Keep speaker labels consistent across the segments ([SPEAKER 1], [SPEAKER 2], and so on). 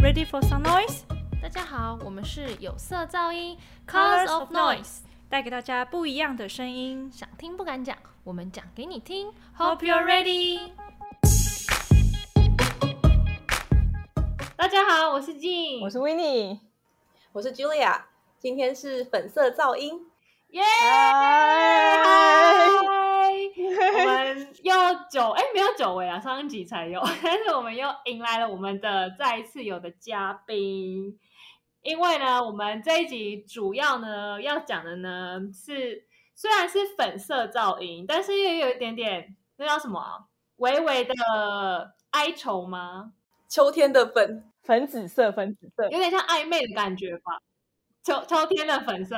[SPEAKER 1] Ready for some noise？
[SPEAKER 2] 大家好，我们是有色噪音
[SPEAKER 1] Colours
[SPEAKER 2] （Colors
[SPEAKER 1] of
[SPEAKER 2] of
[SPEAKER 1] Noise
[SPEAKER 2] Noise），
[SPEAKER 1] 带给大家不一样的声音。
[SPEAKER 2] 想听不敢讲，我们讲给你听。
[SPEAKER 1] Hope
[SPEAKER 2] Hope
[SPEAKER 1] you're
[SPEAKER 2] you're ready。大家好，我是静，
[SPEAKER 3] 我是 w i n n i
[SPEAKER 4] 我是 Julia，今天是粉色噪音，
[SPEAKER 2] 耶！
[SPEAKER 3] 嗨，
[SPEAKER 2] 我们又久哎，没有久违啊，上一集才有， 但是我们又迎来了我们的再一次有的嘉宾，因为呢，我们这一集主要呢要讲的呢是虽然是粉色噪音，但是又有一点点那叫什么啊，微微的哀愁吗？
[SPEAKER 4] 秋天的粉，
[SPEAKER 3] 粉紫色，粉紫色，
[SPEAKER 2] 有点像暧昧的感觉吧，秋秋天的粉色，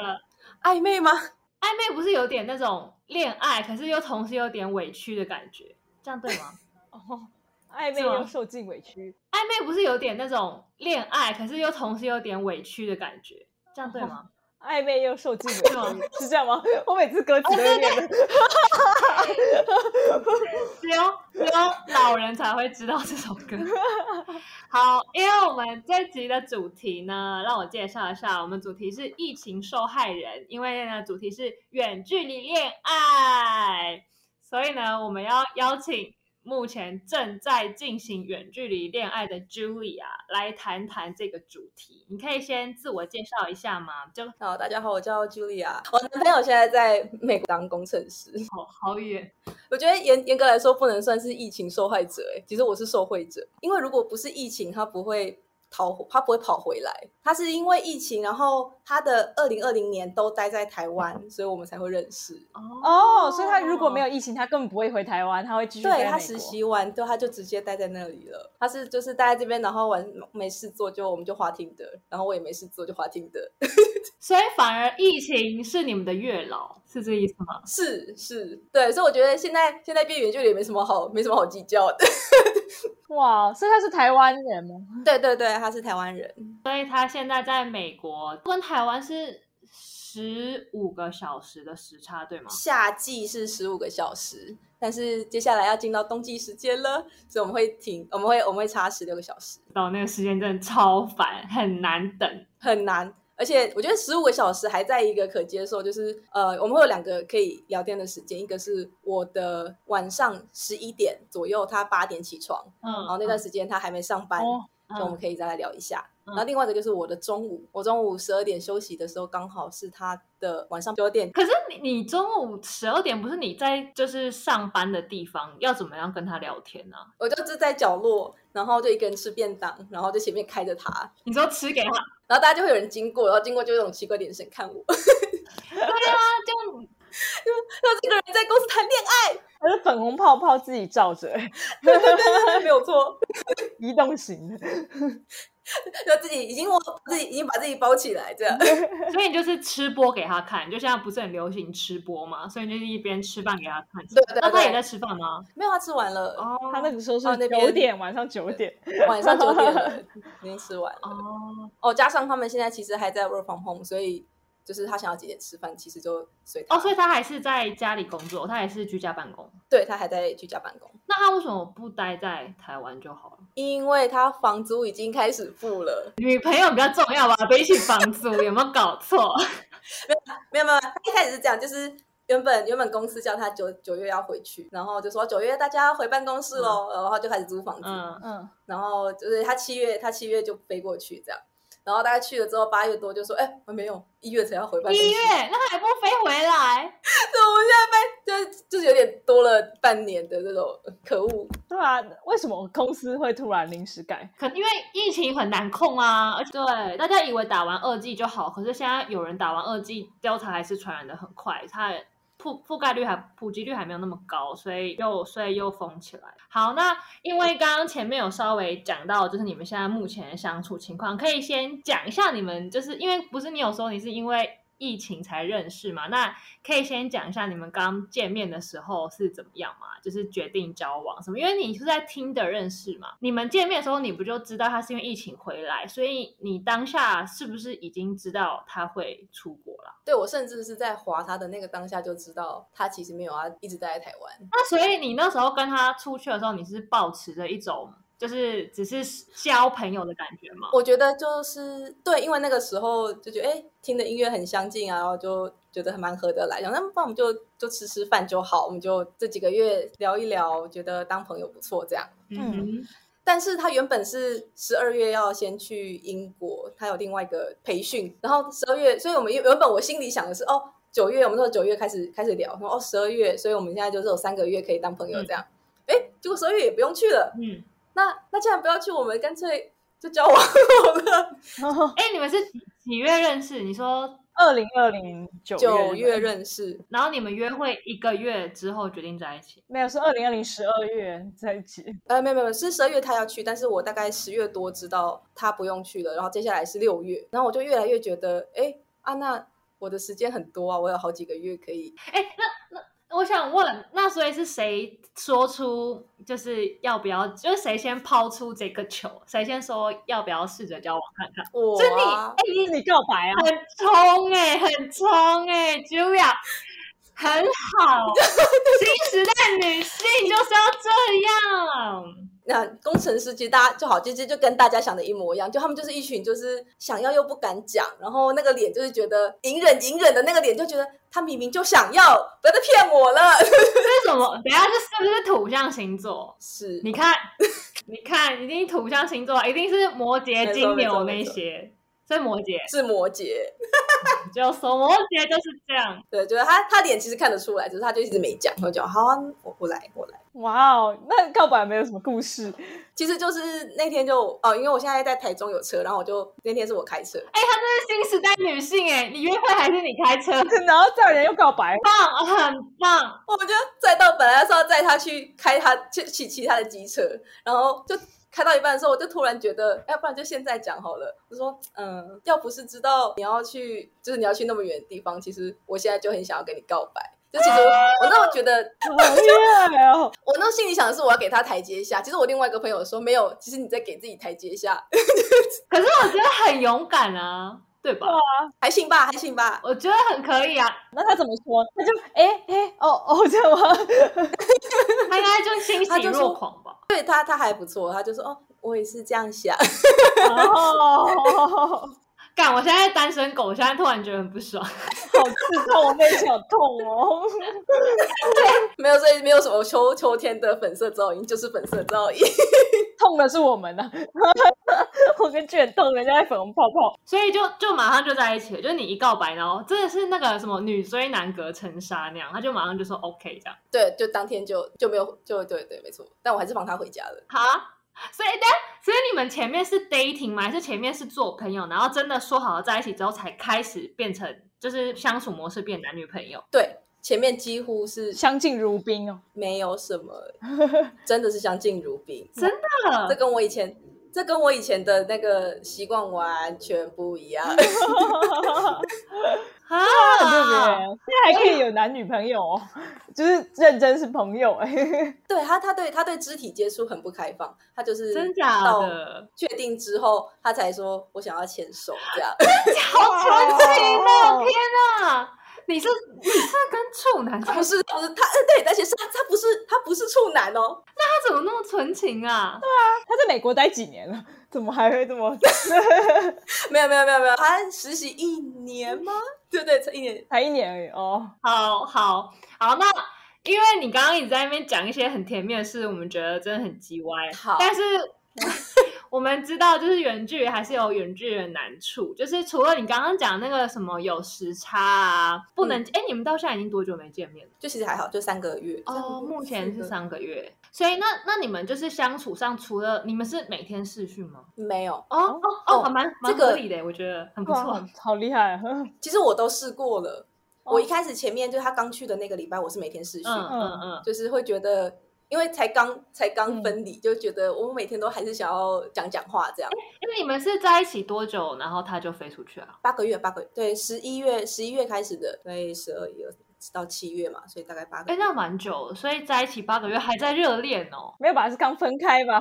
[SPEAKER 4] 暧昧吗？
[SPEAKER 2] 暧昧不是有点那种恋爱，可是又同时有点委屈的感觉，这样对吗？
[SPEAKER 3] 哦，暧昧
[SPEAKER 2] 是吗
[SPEAKER 3] 又受尽委屈，
[SPEAKER 2] 暧昧不是有点那种恋爱，可是又同时有点委屈的感觉，这样对吗？
[SPEAKER 3] 暧昧又受尽委
[SPEAKER 2] 是吗
[SPEAKER 3] 屈，是这样吗？ 哦我每次歌词都有点，
[SPEAKER 2] 只有只有老人才会知道这首歌。 好，因为我们这集的主题呢，让我介绍一下，我们主题是疫情受害人，因为呢主题是远距离恋爱，所以呢我们要邀请目前正在进行远距离恋爱的 Julia 来谈谈这个主题。你可以先自我介绍一下吗？就
[SPEAKER 4] 好，大家好，我叫 Julia，我男朋友现在在美国当工程师。
[SPEAKER 2] 好好远。
[SPEAKER 4] 我觉得严严格来说，不能算是疫情受害者、欸，其实我是受惠者，因为如果不是疫情，他不会逃，他不会跑回来，他是因为疫情，然后他的二零二零年都待在台湾，所以我们才会认识。
[SPEAKER 3] 哦，所以他如果没有疫情，他根本不会回台湾，他会继续
[SPEAKER 4] 对
[SPEAKER 3] 待在
[SPEAKER 4] 他
[SPEAKER 3] 美
[SPEAKER 4] 实
[SPEAKER 3] 国
[SPEAKER 4] 习完，对他就直接待在那里了。他是就是待在这边，然后玩没事做就我们就滑听的，然后我也没事做就滑听的。
[SPEAKER 2] 所以反而疫情是你们的月老，是这意思吗？
[SPEAKER 4] 是是，对，所以我觉得现在现在变远距离也没什么好没什么好计较的。
[SPEAKER 3] 哇，所以他是台湾人吗？
[SPEAKER 4] 对对对，他是台湾人，
[SPEAKER 2] 所以他现在在美国，跟台湾是十五个小时的时差，对吗？
[SPEAKER 4] 夏季是十五个小时，但是接下来要进到冬季时间了，所以我们会停，我们会我们会差十六个小时，
[SPEAKER 2] 到哦那个时间真的超烦，很难等。
[SPEAKER 4] 很难。而且我觉得十五个小时还在一个可接受，就是呃，我们会有两个可以聊天的时间，一个是我的晚上十一点左右，他八点起床，
[SPEAKER 2] 嗯，
[SPEAKER 4] 然后那段时间他还没上班，
[SPEAKER 3] 哦，
[SPEAKER 2] 嗯
[SPEAKER 4] 所以我们可以再来聊一下。
[SPEAKER 2] 嗯
[SPEAKER 4] 然后另外一个就是我的中午，我中午十二点休息的时候，刚好是他的晚上九点。
[SPEAKER 2] 可是你你中午十二点不是你在就是上班的地方，要怎么样跟他聊天呢、
[SPEAKER 4] 我就是在角落，然后就一个人吃便当，然后就前面开着他，
[SPEAKER 2] 你说吃给他，
[SPEAKER 4] 然后大家就会有人经过，然后经过就有一种奇怪的眼神看我， 说
[SPEAKER 2] 对啊，就
[SPEAKER 4] 这个人在公司谈恋
[SPEAKER 3] 他是粉红泡泡自己照着，
[SPEAKER 4] 爱，没有错，
[SPEAKER 3] 移动型的，
[SPEAKER 4] 就自己已经我自己已经把自己包起来这样。
[SPEAKER 2] 所以你就是吃播给他看，就现在不是很流行吃播嘛，所以你就是一边吃饭给他看。
[SPEAKER 4] 对对对
[SPEAKER 2] 那他也在吃饭吗？
[SPEAKER 4] 没有，他吃完了，
[SPEAKER 2] 哦，
[SPEAKER 3] 他那个时候
[SPEAKER 4] 哦
[SPEAKER 3] 是
[SPEAKER 4] 那边
[SPEAKER 3] 九点，晚上九点，
[SPEAKER 4] 晚上九点 了，已经吃完了。
[SPEAKER 2] 哦
[SPEAKER 4] 哦，加上他们现在其实还在 work from home，所以就是他想要几点吃饭，其实就随他。
[SPEAKER 2] 哦，所以他还是在家里工作，他还是居家办公。
[SPEAKER 4] 对他还在居家办公。
[SPEAKER 2] 那他为什么不待在台湾就好了？
[SPEAKER 4] 因为他房租已经开始付了，
[SPEAKER 2] 女朋友比较重要吧，比起房租，有没有搞错？
[SPEAKER 4] 没有没有，没有他一开始是这样，就是原本原本公司叫他九九月要回去，然后就说九月大家要回办公室喽，然后他就开始租房子，
[SPEAKER 2] 嗯，
[SPEAKER 3] 嗯，
[SPEAKER 4] 然后就是他七月他七月就飞过去这样，然后大概去了之后八月多就说，哎、我没有，一月才要回办公室，
[SPEAKER 2] 一月那还不飞回来？
[SPEAKER 4] 对，我们现在办就是就是有点多了半年的这种可恶，
[SPEAKER 3] 对啊，为什么公司会突然临时改？
[SPEAKER 2] 可因为疫情很难控啊，而且对大家以为打完二剂就好，可是现在有人打完二剂，Delta 还是传染的很快，它也覆覆盖率还普及率还没有那么高，所以又所以又封起来。好，那因为刚刚前面有稍微讲到，就是你们现在目前的相处情况，可以先讲一下你们，就是因为不是你有说你是因为疫情才认识嘛？那可以先讲一下你们刚见面的时候是怎么样嘛？就是决定交往什么？因为你是在听的认识嘛，你们见面的时候你不就知道他是因为疫情回来，所以你当下是不是已经知道他会出国了？
[SPEAKER 4] 对我甚至是在划他的那个当下就知道他其啊实没有要一直待在台湾。
[SPEAKER 2] 那所以你那时候跟他出去的时候，你是保持着一种就是只是交朋友的感觉吗？
[SPEAKER 4] 我觉得就是对，因为那个时候就觉得哎、诶听的音乐很相近啊，然后就觉得还蛮合得来，想那不然我们就就吃吃饭就好，我们就这几个月聊一聊，觉得当朋友不错这样。
[SPEAKER 2] 嗯
[SPEAKER 4] 但是他原本是十二月要先去英国，他有另外一个培训，然后十二月，所以我们原原本我心里想的是，哦，九月我们说九月开始开始聊，然后哦十二月，所以我们现在就是有三个月可以当朋友这样，哎、结果十二月也不用去了，
[SPEAKER 2] 嗯，
[SPEAKER 4] 那那既然不要去，我们干脆就交往 好了。
[SPEAKER 3] 嗯
[SPEAKER 2] 哎、你们是几几月认识？你说，
[SPEAKER 3] 二零二零九
[SPEAKER 4] 九月认识，
[SPEAKER 2] 然后你们约会一个月之后决定在一起，
[SPEAKER 3] 没有是二零二零十二月在一起，
[SPEAKER 4] 呃，没有没有，是十二月他要去，但是我大概十月多知道他不用去了，然后接下来是六月，然后我就越来越觉得，哎啊，那我的时间很多啊，我有好几个月可以。
[SPEAKER 2] 哎、那那我想问，那所以是谁说出就是要不要，就是谁先抛出这个球，谁先说要不要试着交往看看？
[SPEAKER 4] 我
[SPEAKER 2] 是你，
[SPEAKER 4] 啊
[SPEAKER 2] 哎、你
[SPEAKER 3] 是你告白啊？
[SPEAKER 2] 很冲哎、很冲哎、j u l i a 很好， 新时代女性就是要这样。
[SPEAKER 4] 那工程师其实大家就好，其实就跟大家想的一模一样，就他们就是一群就是想要又不敢讲，然后那个脸就是觉得隐忍隐忍的那个脸，就觉得他明明就想要，不要再骗我了。
[SPEAKER 2] 这是什么？等一下这是不是土象星座？
[SPEAKER 4] 是，
[SPEAKER 2] 你看， 你看，一定土象星座啊一定是摩羯、
[SPEAKER 4] 没错
[SPEAKER 2] 金
[SPEAKER 4] 没错
[SPEAKER 2] 牛那
[SPEAKER 4] 没错
[SPEAKER 2] 些，所以摩羯
[SPEAKER 4] 是摩羯，
[SPEAKER 2] 就说摩羯就是这样。
[SPEAKER 4] 对，就是他他脸其实看得出来，只是他就一直没讲，我就好、啊，我我来我来。
[SPEAKER 3] 哇哦，那告白没有什么故事，
[SPEAKER 4] 其实就是那天就哦，因为我现在在台中有车，然后我就那天是我开车，
[SPEAKER 2] 哎、她真是新时代女性哎、你约会还是你开车？
[SPEAKER 3] 然后再有人又告白，
[SPEAKER 2] 棒，很棒。
[SPEAKER 4] 我们就载到本来是要载他去开他去骑骑他的机车，然后就开到一半的时候，我就突然觉得，哎要不然就现在讲好了。我说，嗯，要不是知道你要去，就是你要去那么远的地方，其实我现在就很想要跟你告白。就其实我我那我 觉得，
[SPEAKER 3] 好厉害哦！
[SPEAKER 4] 我那心里想的是我要给他台阶下。其实我另外一个朋友说没有，其实你在给自己台阶下，
[SPEAKER 2] 可是我觉得很勇敢啊，对吧？
[SPEAKER 4] 还行吧，还行吧。
[SPEAKER 2] 我觉得很可以啊。
[SPEAKER 3] 那他怎么说？他就哎哎哦哦这样吗？
[SPEAKER 2] 她应该就欣
[SPEAKER 4] 她
[SPEAKER 2] 喜
[SPEAKER 4] 就说
[SPEAKER 2] 若狂吧。
[SPEAKER 4] 对他他还不错，他就说哦，我也是这样想。
[SPEAKER 3] 哦，
[SPEAKER 2] 干，我现在单身狗，我现在突然觉得很不爽。
[SPEAKER 3] 好刺痛，我内心好痛哦。
[SPEAKER 4] 没有，所以没有什么秋秋天的粉色噪音，就是粉色噪音。
[SPEAKER 3] 痛的是我们呐、我跟卷痛，人家在粉红泡泡。
[SPEAKER 2] 所以就就马上就在一起了，就是你一告白，然后真的是那个什么女追男隔层纱那样，他就马上就说 OK 这样。
[SPEAKER 4] 对，就当天就就没有，就对对，没错。但我还是放他回家了。
[SPEAKER 2] 好，所以但所以你们前面是 dating 吗？还是前面是做朋友，然后真的说好了在一起之后才开始变成就是相处模式变男女朋友？
[SPEAKER 4] 对，前面几乎是
[SPEAKER 3] 相敬如宾哦。
[SPEAKER 4] 没有什么，真的是相敬如宾。
[SPEAKER 2] 真
[SPEAKER 4] 这
[SPEAKER 2] 的
[SPEAKER 4] 跟我以前，这跟我以前的那个习惯完全不一 样。
[SPEAKER 2] 啊，
[SPEAKER 3] 很特别，现在还可以有男女朋友、哦，就是认真是朋友哎、
[SPEAKER 4] 对他，他对他对肢体接触很不开放，他就是
[SPEAKER 2] 真假
[SPEAKER 4] 到
[SPEAKER 2] 的，
[SPEAKER 4] 确定之后，他才说我想要牵手这 样。
[SPEAKER 3] 哦
[SPEAKER 2] 好纯情哦！天哪，你是你是跟处 男
[SPEAKER 4] 他
[SPEAKER 2] 在
[SPEAKER 4] 不
[SPEAKER 2] 一起，
[SPEAKER 4] 是，他不是他，呃对，而且是他，他不是他不是处男哦，
[SPEAKER 2] 他怎么那么纯情啊？
[SPEAKER 3] 他在美国待几年了， 怎么还会这么？
[SPEAKER 4] 没有没有没有没有，他实习一年吗？对对，才一年。
[SPEAKER 3] 才一年而已哦。
[SPEAKER 2] 好好好，那因为你刚刚一直在那边讲一些很甜蜜的事，我们觉得真的很鸡歪。
[SPEAKER 4] 好
[SPEAKER 2] 但是我们知道，就是远距离还是有远距离的难处，就是除了你刚刚讲那个什么有时差啊，不能哎、你们到现在已经多久没见面了？
[SPEAKER 4] 就其实还好，就三个月。
[SPEAKER 2] 哦，目前是
[SPEAKER 4] 三
[SPEAKER 2] 三个月，所以那那你们就是相处上，除了你们是每天视讯吗？
[SPEAKER 4] 个月没有。
[SPEAKER 2] 哦哦哦，
[SPEAKER 4] 哦
[SPEAKER 2] 还蛮蛮
[SPEAKER 4] 这个
[SPEAKER 2] 合理的，我觉得很不
[SPEAKER 3] 哇，
[SPEAKER 2] 错
[SPEAKER 3] 好。好厉害！ 嗯
[SPEAKER 4] 其实我都试过了。
[SPEAKER 3] 哦
[SPEAKER 4] 我一开始前面就是他刚去的那个礼拜，我是每天试训，
[SPEAKER 2] 嗯嗯嗯，
[SPEAKER 4] 就是会觉得，因为才刚才刚分离，就觉得我每天都还是想要讲讲话这样。
[SPEAKER 2] 因为你们是在一起多久，然后他就飞出去啊？
[SPEAKER 4] 八个月，八个月，对，十一月十一月开始的，所以十二一二到七月嘛，所以大概八个
[SPEAKER 2] 哎，
[SPEAKER 4] 月。
[SPEAKER 2] 那蛮久了，所以在一起八个月还在热恋哦。
[SPEAKER 3] 没有吧？是刚分开吧？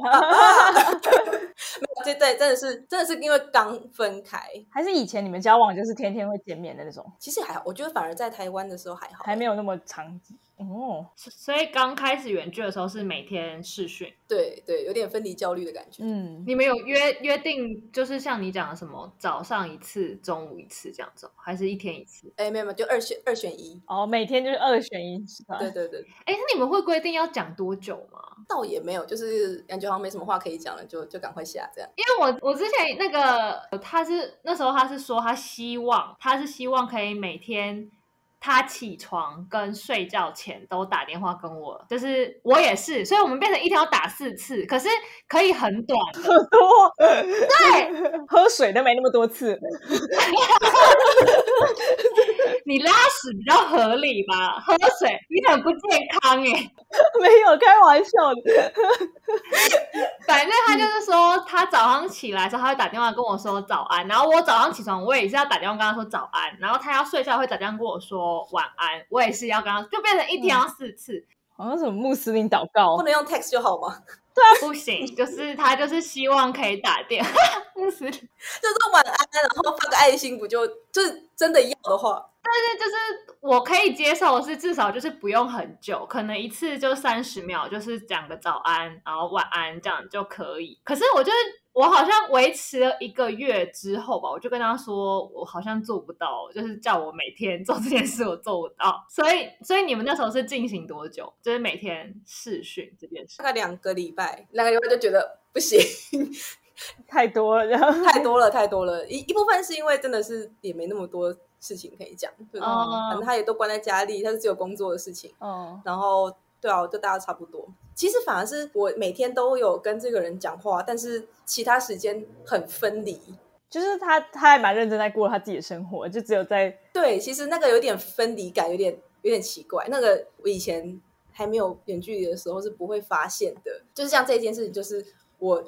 [SPEAKER 4] 对对，真的是真的是因为刚分开，
[SPEAKER 3] 还是以前你们交往就是天天会见面的那种，
[SPEAKER 4] 其实还好，我觉得反而在台湾的时候还好，
[SPEAKER 3] 还没有那么长哦。
[SPEAKER 2] 所所以刚开始远距的时候是每天视讯，
[SPEAKER 4] 对对，有点分离焦虑的感觉。
[SPEAKER 3] 嗯，
[SPEAKER 2] 你们有约约定，就是像你讲的什么早上一次，中午一次这样子哦，还是一天一次？
[SPEAKER 4] 哎、没有没有，就二选二选一。
[SPEAKER 3] 哦，每天就是二选一，是吧？
[SPEAKER 4] 对对对，
[SPEAKER 2] 哎，那你们会规定要讲多久吗？
[SPEAKER 4] 倒也没有，就是感觉好像没什么话可以讲了，就就赶快下这样。
[SPEAKER 2] 因为我我之前那个他是那时候他是说他希望他是希望可以每天他起床跟睡觉前都打电话跟我，就是我也是，所以我们变成一天要打四次，可是可以很短，
[SPEAKER 3] 很 多，
[SPEAKER 2] 对，
[SPEAKER 3] 喝水都没那么多次。
[SPEAKER 2] 你拉屎比较合理吧？喝水你很不健康哎、
[SPEAKER 3] 没有开玩笑的，
[SPEAKER 2] 反正他就是说，他早上起来的时候，他会打电话跟我说早安，然后我早上起床，我也是要打电话跟他说早安，然后他要睡觉会打电话跟我说晚安，我也是要跟他，就变成一天要四次，
[SPEAKER 3] 好像什么穆斯林祷告
[SPEAKER 4] 不，能用 text 就好吗？
[SPEAKER 2] 不行，就是他就是希望可以打电话， 不是，但
[SPEAKER 4] 就是晚安，然后发个爱心，不就就是真的要的话，
[SPEAKER 2] 是就是我可以接受，是至少就是不用很久，可能一次就三十秒，就是讲个早安，然后晚安这样就可以。可是我就是。我好像维持了一个月之后吧，我就跟他说，我好像做不到，就是叫我每天做这件事，我做不到。所以，所以你们那时候是进行多久？就是每天试训这件事
[SPEAKER 4] 大？概两个礼拜，两个礼拜就觉得不行，
[SPEAKER 3] 太多了， 然后
[SPEAKER 4] 太多了，太多了。一一部分是因为真的是也没那么多事情可以讲，对吧？
[SPEAKER 2] 哦
[SPEAKER 4] 反正他也都关在家里，他是只有工作的事情。
[SPEAKER 3] 哦，
[SPEAKER 4] 然后对啊，就大家差不多。其实反而是我每天都有跟这个人讲话，但是其他时间很分离。
[SPEAKER 3] 就是他他还蛮认真在过他自己的生活，就只有在
[SPEAKER 4] 对，其实那个有点分离感，有点有点奇怪。那个我以前还没有远距离的时候是不会发现的，就是像这件事情，就是我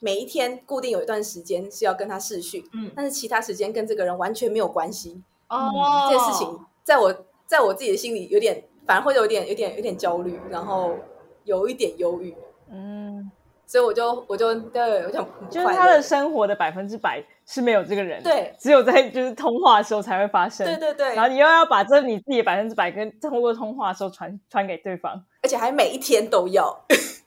[SPEAKER 4] 每一天固定有一段时间是要跟他视讯，
[SPEAKER 2] 嗯，
[SPEAKER 4] 但是其他时间跟这个人完全没有关系。
[SPEAKER 2] 哦，
[SPEAKER 4] 嗯这件事情，在我在我自己的心里有点，反而会有点有点有点焦虑，然后有一点忧郁，
[SPEAKER 3] 嗯，
[SPEAKER 4] 所以我就我就对我就很不
[SPEAKER 3] 就是
[SPEAKER 4] 快
[SPEAKER 3] 他
[SPEAKER 4] 乐
[SPEAKER 3] 的生活的百分之百是没有这个人，，
[SPEAKER 4] 对
[SPEAKER 3] 只有在就是通话的时候才会发生，
[SPEAKER 4] 对对对，
[SPEAKER 3] 然后你又要把这你自己的百分之百跟通过通话的时候传传给对方，
[SPEAKER 4] 而且还每一天都要，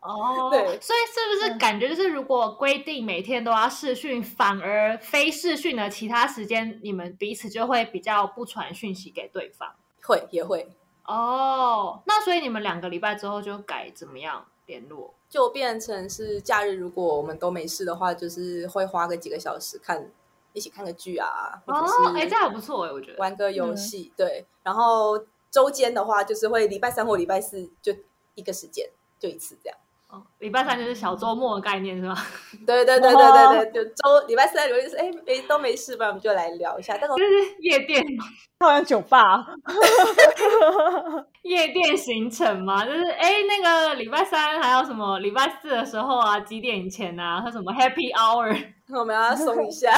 [SPEAKER 2] 哦，
[SPEAKER 4] 对
[SPEAKER 2] 所以是不是感觉就是，如果规定每天都要试训，反而非试训的其他时间，你们彼此就会比较不传讯息给对方。
[SPEAKER 4] 会也会
[SPEAKER 2] 哦，那所以你们两个礼拜之后就改怎么样联络？
[SPEAKER 4] 就变成是假日，如果我们都没事的话，就是会花个几个小时看一起看个剧啊，或者
[SPEAKER 2] 哦，哎，这
[SPEAKER 4] 是
[SPEAKER 2] 还不错哎，我觉得。
[SPEAKER 4] 玩个游戏，
[SPEAKER 3] 嗯
[SPEAKER 4] 对。然后周间的话，就是会礼拜三或礼拜四就一个时间就一次这样。
[SPEAKER 2] 哦，礼拜三就是小周末的概念是吗？
[SPEAKER 4] 对对对对对
[SPEAKER 3] 哦
[SPEAKER 4] 对，就周礼拜三、礼拜四，哎，没都没事吧，我们就来聊一下。但是
[SPEAKER 2] 就是夜店，
[SPEAKER 3] 他好像酒吧，
[SPEAKER 2] 夜店行程嘛，就是哎，那个礼拜三还有什么？礼拜四的时候啊，几点以前啊，喝什么 Happy Hour？
[SPEAKER 4] 我们要松一 下，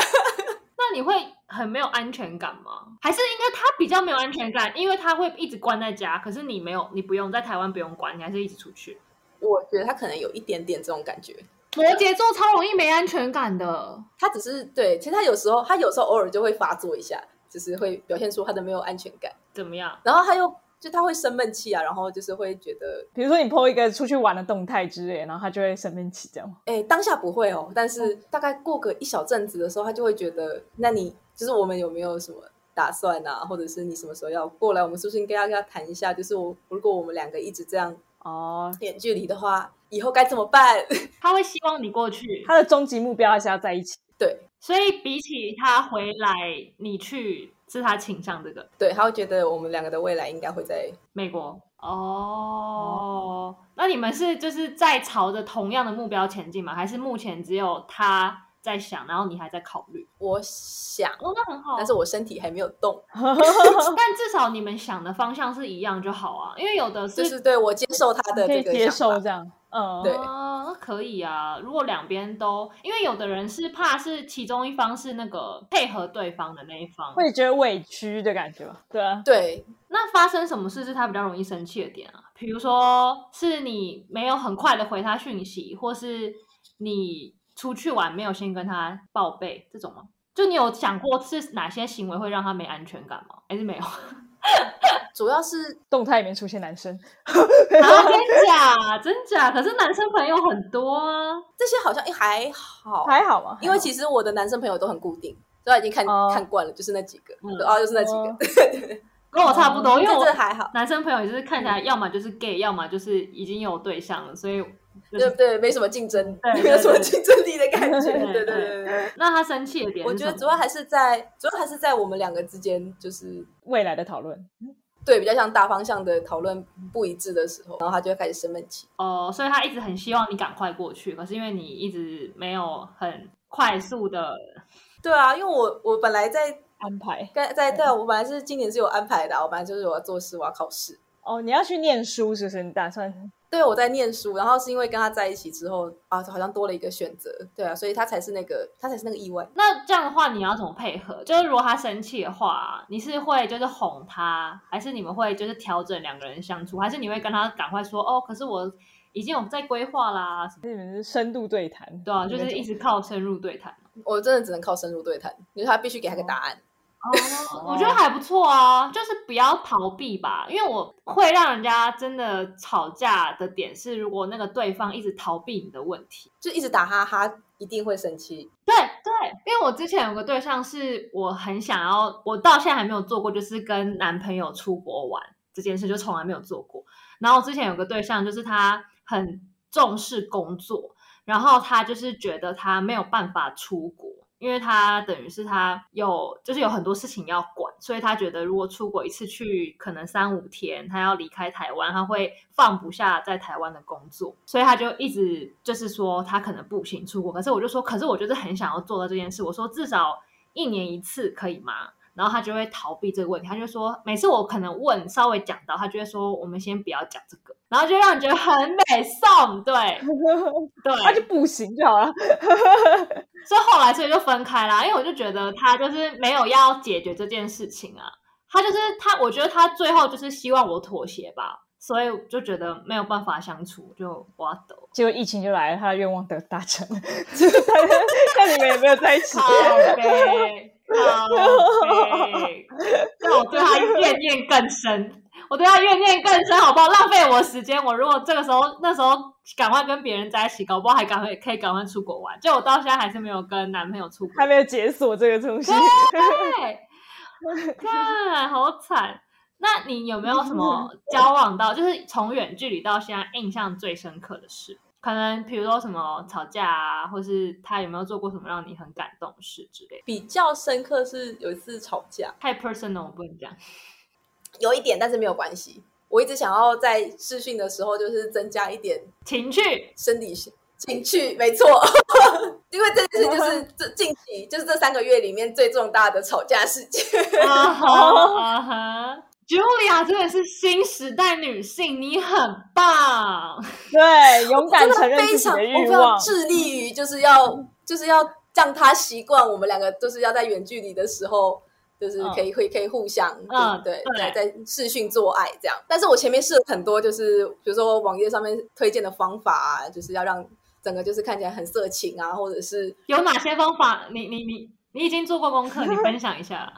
[SPEAKER 2] 那你会很没有安全感吗？还是应该他比较没有安全感，因为他会一直关在家，可是你没有，你不用在台湾不用关，你还是一直出去。
[SPEAKER 4] 我觉得他可能有一点点这种感觉。
[SPEAKER 2] 摩羯座超容易没安全感的，
[SPEAKER 4] 他只是对，其实他有时候他有时候偶尔就会发作一下，就是会表现出他的没有安全感，
[SPEAKER 2] 怎么样？
[SPEAKER 4] 然后他又就他会生闷气啊，然后就是会觉得，
[SPEAKER 3] 比如说你 PO 一个出去玩的动态之类，然后他就会生闷气这样，
[SPEAKER 4] 哎，当下不会哦，但是大概过个一小阵子的时候，他就会觉得，那你就是我们有没有什么？打算啊，或者是你什么时候要过来？我们是不是应该要跟他谈一下？就是我如果我们两个一直这样
[SPEAKER 3] 哦，
[SPEAKER 4] 远距离的话，以后该怎么办？
[SPEAKER 2] 他会希望你过去，
[SPEAKER 3] 他的终极目标还是要在一起，
[SPEAKER 4] 对
[SPEAKER 2] 所以比起他回来，你去是他倾向这个
[SPEAKER 4] 对，他会觉得我们两个的未来应该会在
[SPEAKER 2] 美国哦。那你们是就是在朝着同样的目标前进吗？还是目前只有他在想，然后你还在考虑？
[SPEAKER 4] 我想，
[SPEAKER 2] 哦，那很好啊。
[SPEAKER 4] 但是我身体还没有动，
[SPEAKER 2] 但至少你们想的方向是一样就好啊，因为有的是、
[SPEAKER 4] 就是对我接受他
[SPEAKER 3] 哦
[SPEAKER 4] 的
[SPEAKER 3] 可
[SPEAKER 4] 这
[SPEAKER 3] 以
[SPEAKER 4] 个
[SPEAKER 3] 接
[SPEAKER 4] 想法
[SPEAKER 3] 受这样，嗯，
[SPEAKER 4] 对
[SPEAKER 2] 啊，那可以啊。如果两边都，因为有的人是怕是其中一方是那个配合对方的那一方，
[SPEAKER 3] 会觉得委屈的感觉吧，对啊，
[SPEAKER 4] 对，
[SPEAKER 2] 那发生什么事是他比较容易生气的点啊？比如说是你没有很快的回他讯息，或是你出去玩没有先跟他报备这种吗？就你有想过是哪些行为会让他没安全感吗？还是没有？ 啊
[SPEAKER 4] 主要是
[SPEAKER 3] 动态里面出现男生，
[SPEAKER 2] 啊，真假真假？可是男生朋友很多啊，
[SPEAKER 4] 这些好像诶还好，
[SPEAKER 3] 还好吗？
[SPEAKER 4] 因为其实我的男生朋友都很固定，所以已经看、
[SPEAKER 3] 哦
[SPEAKER 4] 看惯了，就是那几个，
[SPEAKER 2] 嗯
[SPEAKER 4] 对啊，就是那几个，
[SPEAKER 2] 跟我差不多，因为
[SPEAKER 4] 哦这
[SPEAKER 2] 我
[SPEAKER 4] 这还嗯好，
[SPEAKER 2] 男生朋友也是看起来要么就是 gay，要么就是已经有对象了，所以就
[SPEAKER 4] 对
[SPEAKER 2] 是
[SPEAKER 4] 不对？没什么竞争
[SPEAKER 2] 对，对
[SPEAKER 4] 没有什么竞争力的感觉，
[SPEAKER 2] 对
[SPEAKER 4] 对
[SPEAKER 2] 对
[SPEAKER 4] 对对对。
[SPEAKER 2] 那他生气的点
[SPEAKER 4] 我
[SPEAKER 2] 是
[SPEAKER 4] 觉
[SPEAKER 2] 什么，
[SPEAKER 4] 得主要还是在，主要还是在我们两个之间，就是
[SPEAKER 3] 未来的讨论，
[SPEAKER 4] 对比较像大方向的讨论不一致的时候，然后他就会开始生闷气。
[SPEAKER 2] 哦，所以他一直很希望你赶快过去，可是因为你一直没有很快速的，
[SPEAKER 4] 对啊，因为我我本来在
[SPEAKER 3] 安排
[SPEAKER 4] 在在在我本来是今年是有安排的、啊，我本来就是我要做事，我要考试。
[SPEAKER 3] 哦，你要去念书是不是？你打算
[SPEAKER 4] 对，我在念书，然后是因为跟他在一起之后啊，好像多了一个选择，对啊，所以他才是那个他才是那个意外。
[SPEAKER 2] 那这样的话你要怎么配合？就是如果他生气的话，你是会就是哄他，还是你们会就是调整两个人相处，还是你会跟他赶快说哦，可是我已经有在规划啦，什么
[SPEAKER 3] 你们是深度对谈？
[SPEAKER 2] 对啊，就是一直靠深入对谈。
[SPEAKER 4] 我真的只能靠深入对谈，就是他必须给他个答案。
[SPEAKER 2] 哦，我觉得还不错啊，就是不要逃避吧，因为我会让人家真的吵架的点是，如果那个对方一直逃避你的问题。
[SPEAKER 4] 就一直打哈哈，一定会生气。
[SPEAKER 2] 对对，因为我之前有个对象是我很想要，我到现在还没有做过，就是跟男朋友出国玩这件事，就从来没有做过。然后之前有个对象，就是他很重视工作，然后他就是觉得他没有办法出国，因为他等于是他有就是有很多事情要管，所以他觉得如果出国一次去可能三五天，他要离开台湾，他会放不下在台湾的工作，所以他就一直就是说他可能不行出国。可是我就说，可是我就是很想要做到这件事，我说至少一年一次可以吗？然后他就会逃避这个问题，他就说每次我可能问稍微讲到，他就会说我们先不要讲这个，然后就让你觉得很美送，对对，
[SPEAKER 3] 那就不行就好了。
[SPEAKER 2] 所以后来所以就分开啦，因为我就觉得他就是没有要解决这件事情啊，他就是他，我觉得他最后就是希望我妥协吧，所以就觉得没有办法相处，就我要走。
[SPEAKER 3] 结果疫情就来了，他的愿望得达成了。就是他看你们有没有在一起
[SPEAKER 2] 靠？背，靠背，那我对他怨念更深，我对他怨念更深，好不好？浪费我时间，我如果这个时候那时候赶快跟别人在一起，搞不好还赶快可以赶快出国玩，就我到现在还是没有跟男朋友出国
[SPEAKER 3] 还没有解锁这个东西。
[SPEAKER 2] 对，看好惨。那你有没有什么交往到，就是从远距离到现在印象最深刻的事？可能比如说什么吵架啊，或是他有没有做过什么让你很感动的事之类的？
[SPEAKER 4] 比较深刻是有一次吵架，
[SPEAKER 2] 太 personal 我不能讲。
[SPEAKER 4] 有一点，但是没有关系。我一直想要在试训的时候，就是增加一点
[SPEAKER 2] 情趣
[SPEAKER 4] 生理情趣，没错， 因为这件事就是这近期就是这三个月里面最重大的吵架事件。
[SPEAKER 2] 啊哈啊哈，Julia 真的是新时代女性，你很棒。
[SPEAKER 3] 对，勇敢
[SPEAKER 4] 真
[SPEAKER 3] 承
[SPEAKER 4] 的
[SPEAKER 3] 认
[SPEAKER 4] 非
[SPEAKER 3] 自己
[SPEAKER 4] 常，我
[SPEAKER 3] 的欲
[SPEAKER 4] 非
[SPEAKER 3] 望
[SPEAKER 4] 常。致力于就是要就是要让他习惯我们两个就是要在远距离的时候，就是
[SPEAKER 3] 嗯
[SPEAKER 4] 可以会、可以互相
[SPEAKER 2] 嗯
[SPEAKER 4] 对在
[SPEAKER 2] 对
[SPEAKER 4] 在视讯做爱这样。但是我前面试了很多，就是比如说网页上面推荐的方法啊，就是要让整个就是看起来很色情啊，或者是
[SPEAKER 2] 有哪些方法？你你你你已经做过功课，你分享一下。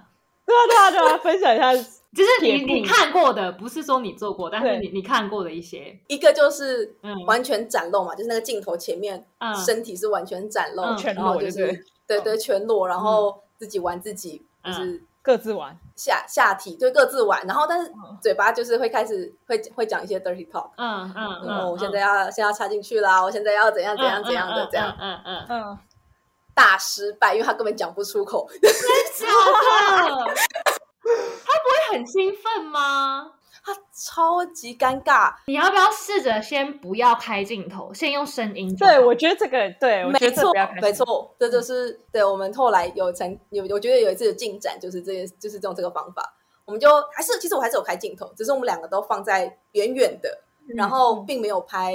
[SPEAKER 3] 对啊，对啊，对啊，分享一下。
[SPEAKER 2] 就是你
[SPEAKER 3] 铁
[SPEAKER 2] 你
[SPEAKER 3] 定
[SPEAKER 2] 看过的，不是说你做过，但是
[SPEAKER 3] 对
[SPEAKER 2] 你你看过的一些，
[SPEAKER 4] 一个就是
[SPEAKER 2] 嗯
[SPEAKER 4] 完全展露嘛，就是那个镜头前面
[SPEAKER 2] 嗯，
[SPEAKER 4] 身体是完全展露，
[SPEAKER 2] 嗯
[SPEAKER 3] 全
[SPEAKER 4] 然后
[SPEAKER 3] 裸
[SPEAKER 4] 就
[SPEAKER 3] 就是嗯对
[SPEAKER 4] 对对全裸，然后自己玩自己，就
[SPEAKER 2] 嗯
[SPEAKER 4] 是。
[SPEAKER 3] 各自玩，
[SPEAKER 4] 下下体就各自玩，然后但是嘴巴就是会开始会会讲一些 dirty talk，
[SPEAKER 2] 嗯嗯
[SPEAKER 4] 然
[SPEAKER 2] 嗯，
[SPEAKER 4] 哦后我现在要现在要插进去啦，我现在要怎样怎样怎样的这样，
[SPEAKER 2] 嗯嗯，嗯
[SPEAKER 3] 嗯，
[SPEAKER 4] 大失败，因为他根本讲不出口，
[SPEAKER 2] 假的，他 不会很兴奋吗？
[SPEAKER 4] 他超级尴尬，
[SPEAKER 2] 你要不要试着先不要开镜头，先用声音就好？
[SPEAKER 3] 对，我觉得这个对，我觉
[SPEAKER 4] 没
[SPEAKER 3] 得这个
[SPEAKER 4] 错
[SPEAKER 3] 不要开始嗯
[SPEAKER 4] 没，错，这就是对我们后来有成有我觉得有一次的进展就是这件就是用这个方法，我们就还是其实我还是有开镜头，只是我们两个都放在远远的，
[SPEAKER 3] 嗯
[SPEAKER 4] 然后并没有拍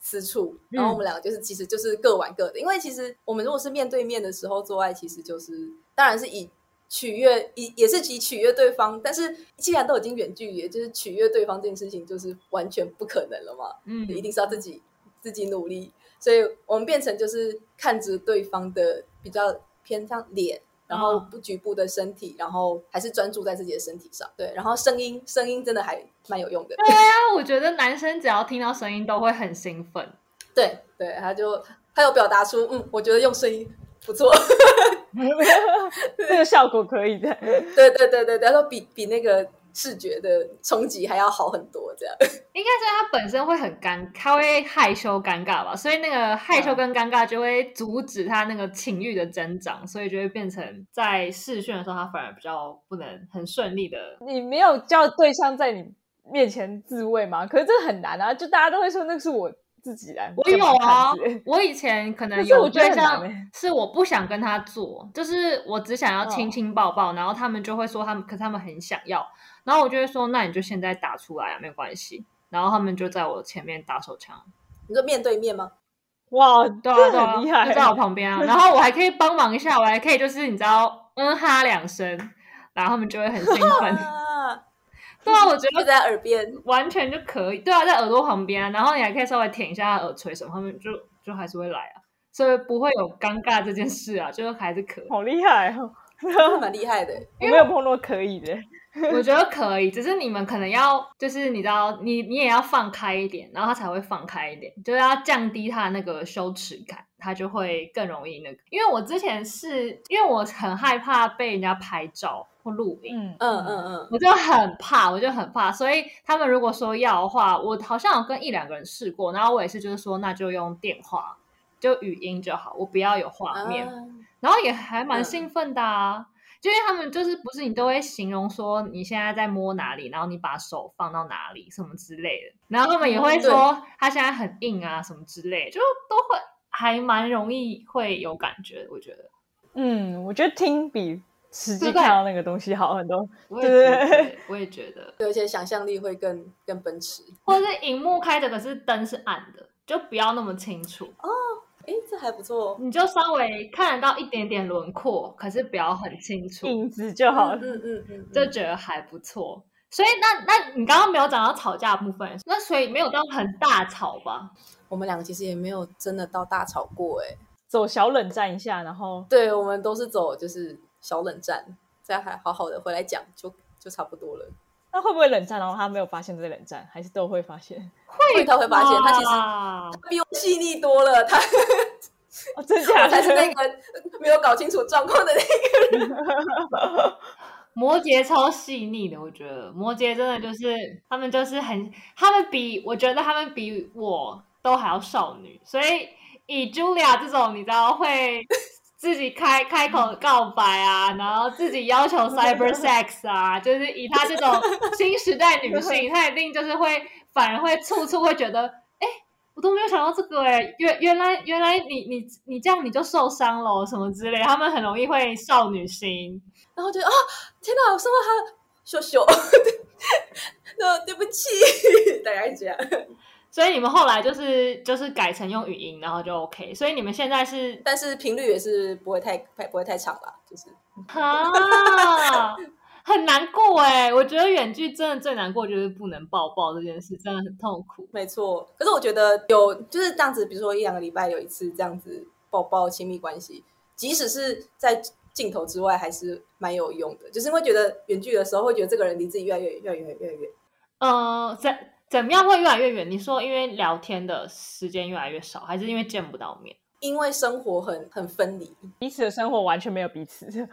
[SPEAKER 4] 私处，然后我们两个就是其实就是各玩各的，因为其实我们如果是面对面的时候做爱，其实就是当然是以取悦，以也是以取悦对方，但是既然都已经远距离了，就是取悦对方这件事情就是完全不可能了嘛，
[SPEAKER 2] 嗯
[SPEAKER 4] 一定是要自己自己努力，所以我们变成就是看着对方的比较偏向脸。然后
[SPEAKER 2] 嗯
[SPEAKER 4] 不局部的身体，然后还是专注在自己的身体上，对，然后声音，声音真的还蛮有用的，
[SPEAKER 2] 但我觉得男生只要听到声音都会很兴奋，
[SPEAKER 4] 对对，他就他有表达出，嗯，我觉得用声音不错，
[SPEAKER 3] 这个效果可以的。
[SPEAKER 4] 对对对对对，他说比比那个视觉的冲击还要好很多，这样。
[SPEAKER 2] 应该是他本身会很尴，他会害羞尴尬吧，所以那个害
[SPEAKER 3] 嗯
[SPEAKER 2] 羞跟尴尬就会阻止他那个情欲的增长，所以就会变成在试训的时候，他反而比较不能很顺利的。
[SPEAKER 3] 你没有叫对象在你面前自慰吗？可是这很难啊，就大家都会说那个是我自己来，
[SPEAKER 2] 我有
[SPEAKER 3] 干
[SPEAKER 2] 啊
[SPEAKER 3] 嘛看之类，
[SPEAKER 2] 我以前可能
[SPEAKER 3] 可是
[SPEAKER 2] 有
[SPEAKER 3] 我觉得
[SPEAKER 2] 对
[SPEAKER 3] 很难
[SPEAKER 2] 象
[SPEAKER 3] 欸
[SPEAKER 2] 是我不想跟他做，就是我只想要亲亲抱
[SPEAKER 3] 嗯
[SPEAKER 2] 抱，然后他们就会说他们，可是他们很想要，然后我就会说那你就现在打出来啊，没有关系。然后他们就在我前面打手枪，
[SPEAKER 4] 你说面对面吗？
[SPEAKER 3] 哇，
[SPEAKER 2] 对啊
[SPEAKER 3] 这
[SPEAKER 2] 对啊，
[SPEAKER 3] 很厉害，
[SPEAKER 2] 就在我旁 边啊，然后我还可以帮忙一下，我还可以就是你知道嗯哈两声，然后他们就会很 兴奋。
[SPEAKER 4] 啊，
[SPEAKER 2] 嗯对啊，我觉
[SPEAKER 4] 就
[SPEAKER 2] 得
[SPEAKER 4] 在耳边，
[SPEAKER 2] 完全就可以，对啊，在耳朵旁边啊，然后你还可以稍微舔一下他耳垂什么，他们就就还是会来啊，所以不会有尴尬这件事啊，就是还是可以，
[SPEAKER 3] 好厉害哦！
[SPEAKER 4] 真的蛮厉害的。
[SPEAKER 3] 我没有碰到可以的，
[SPEAKER 2] 我觉得可以，只是你们可能要就是你知道，你你也要放开一点，然后他才会放开一点，就是要降低他那个羞耻感，他就会更容易那个。因为我之前是因为我很害怕被人家拍照或录影，
[SPEAKER 3] 嗯
[SPEAKER 4] 嗯嗯
[SPEAKER 2] 我就很怕，我就很怕，所以他们如果说要的话，我好像有跟一两个人试过，然后我也是就是说，那就用电话，就语音就好，我不要有
[SPEAKER 4] 嗯，
[SPEAKER 2] 画
[SPEAKER 4] 啊
[SPEAKER 2] 面，然后也还蛮
[SPEAKER 4] 嗯
[SPEAKER 2] 兴奋的啊。就因为他们就是不是你都会形容说你现在在摸哪里，然后你把手放到哪里什么之类的，然后他们也会
[SPEAKER 4] 嗯对
[SPEAKER 2] 说他现在很硬啊什么之类的，就都会还蛮容易会有感觉，我觉得。
[SPEAKER 3] 嗯，我觉得听比实际
[SPEAKER 2] 对对
[SPEAKER 3] 看到那个东西好很多。
[SPEAKER 2] 我也觉得
[SPEAKER 3] 对，
[SPEAKER 2] 我也觉得。
[SPEAKER 4] 有一些想象力会更更奔驰。
[SPEAKER 2] 或者是荧幕开着，可是灯是暗的，就不要那么清楚，
[SPEAKER 4] 哦诶，这还不错哦。
[SPEAKER 2] 你就稍微看得到一点点轮廓，可是不要很清楚，
[SPEAKER 3] 影子就好
[SPEAKER 4] 嗯
[SPEAKER 3] 了。
[SPEAKER 4] 嗯嗯嗯，
[SPEAKER 2] 就觉得还不错。所以那那你刚刚没有讲到吵架的部分，那所以没有到很大吵吧？
[SPEAKER 4] 我们两个其实也没有真的到大吵过诶，
[SPEAKER 3] 走小冷战一下，然后
[SPEAKER 4] 对，我们都是走就是小冷战，这样还好好的回来讲就就差不多了。
[SPEAKER 3] 那会不会冷战？然后他没有发现这个冷战，还是都会发现？
[SPEAKER 4] 会他会发现他其实
[SPEAKER 2] 实
[SPEAKER 4] 比我细腻多了，他
[SPEAKER 3] 哦，真假
[SPEAKER 4] 我才是那
[SPEAKER 3] 的？
[SPEAKER 4] 个没有搞清楚状况的那个。
[SPEAKER 2] 摩羯超细腻的，我觉得摩羯真的就是他们就是很，他们比我觉得他们比我都还要少女，所以以 Julia 这种你知道会自己开开口告白啊，然后自己要求 cyber sex 啊，就是以她这种新时代女性，她一定就是会反而会处处会觉得，哎、我都没有想到这个哎、原原来原来你你你这样你就受伤了什么之类，他们很容易会少女心。
[SPEAKER 4] 然后就啊，天哪，我伤到他了，秀秀， 那对不起， 大概是这样。
[SPEAKER 2] 所以你们后来就是就是改成用语音，然后就 OK。所以你们现在是
[SPEAKER 4] 但是频率也是不会太太不会太长啦，就是
[SPEAKER 2] 啊，很难过哎、我觉得远距真的最难过就是不能抱抱这件事，真的很痛苦。
[SPEAKER 4] 没错。可是我觉得有就是这样子，比如说一两个礼拜有一次这样子抱抱亲密关系，即使是在镜头之外，还是蛮有用的。就是会觉得远距的时候，会觉得这个人离自己越来越越来越越来越远。
[SPEAKER 2] 呃，怎怎么样会越来越远？你说因为聊天的时间越来越少，还是因为见不到面？
[SPEAKER 4] 因为生活很很分离，
[SPEAKER 3] 彼此的生活完全没有彼此。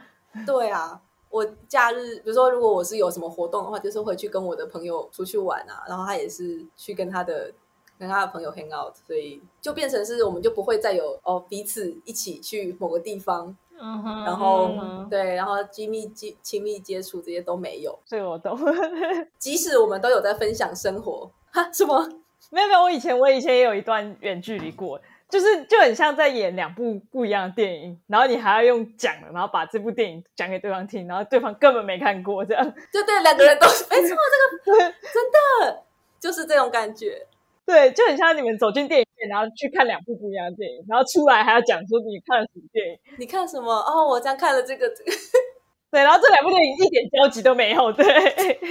[SPEAKER 4] 对啊，我假日比如说，如果我是有什么活动的话，就是回去跟我的朋友出去玩啊，然后他也是去跟他的跟他的朋友 hang out，所以就变成是我们就不会再有哦彼此一起去某个地方，
[SPEAKER 2] 嗯哼，
[SPEAKER 4] 然后、
[SPEAKER 2] 嗯哼
[SPEAKER 4] 对，然后亲密接亲密接触这些都没有，
[SPEAKER 3] 这个我懂。
[SPEAKER 4] 即使我们都有在分享生活，哈，什么？
[SPEAKER 3] 没有没有，我以前我以前也有一段远距离过，就是就很像在演两部不一样的电影，然后你还要用讲的，然后把这部电影讲给对方听，然后对方根本没看过，这样
[SPEAKER 4] 就对，两个人都没错，这个 真的就是这种感觉。
[SPEAKER 3] 对，就很像你们走进电影院，然后去看两部不一样的电影，然后出来还要讲说你看了什么电影，
[SPEAKER 4] 你看什么？哦，我这样看了这个，这个
[SPEAKER 3] 对，然后这两部电影一点交集都没有，对，对，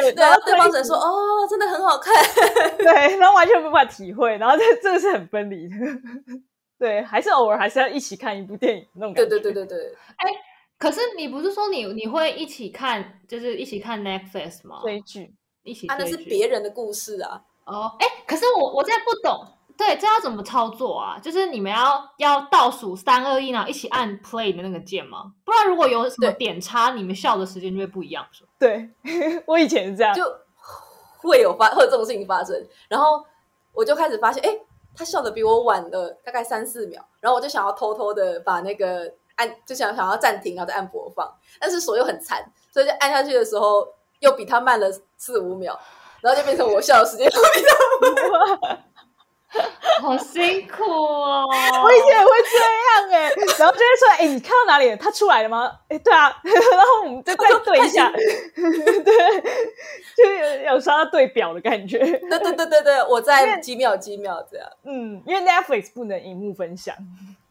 [SPEAKER 4] 对，然后对方只
[SPEAKER 3] 只
[SPEAKER 4] 能说哦，真的很好看，
[SPEAKER 3] 对，然后完全无法体会，然后这这个是很分离的，对，还是偶尔还是要一起看一部电影那种感
[SPEAKER 4] 对
[SPEAKER 3] 觉，
[SPEAKER 4] 对对对对，
[SPEAKER 2] 可是你不是说你你会一起看，就是一起看 Netflix 吗？
[SPEAKER 3] 追剧，
[SPEAKER 2] 一起
[SPEAKER 4] 啊，那
[SPEAKER 2] 追
[SPEAKER 4] 是
[SPEAKER 2] 剧
[SPEAKER 4] 别人的故事啊，
[SPEAKER 2] 哦，哎，可是我我真的不懂，对，这要怎么操作啊？就是你们要要倒数三二一，然后一起按 play 的那个键吗？不然如果有什么
[SPEAKER 4] 对
[SPEAKER 2] 点差，你们笑的时间就会不一样，是吗
[SPEAKER 3] 对 我以前是这样，
[SPEAKER 4] 就会有发会有这种事情发生。然后我就开始发现，哎，他笑的比我晚了大概三四秒，然后我就想要偷偷的把那个按，就想想要暂停，然后再按播放，但是手又很残，所以就按下去的时候又比他慢了四五秒，然后就变成我笑的时间。
[SPEAKER 2] 好辛苦哦！
[SPEAKER 3] 我以前也会这样哎、然后就会说，哎、你看到哪里了？他出来了吗？哎、对啊， 然后我们就再对一下， 对，就是有时候要对表的感觉，
[SPEAKER 4] 对对对对对，我
[SPEAKER 3] 因
[SPEAKER 4] 在
[SPEAKER 3] 为
[SPEAKER 4] 几秒几秒这样。
[SPEAKER 3] 嗯，因为 Netflix 不能荧幕分享，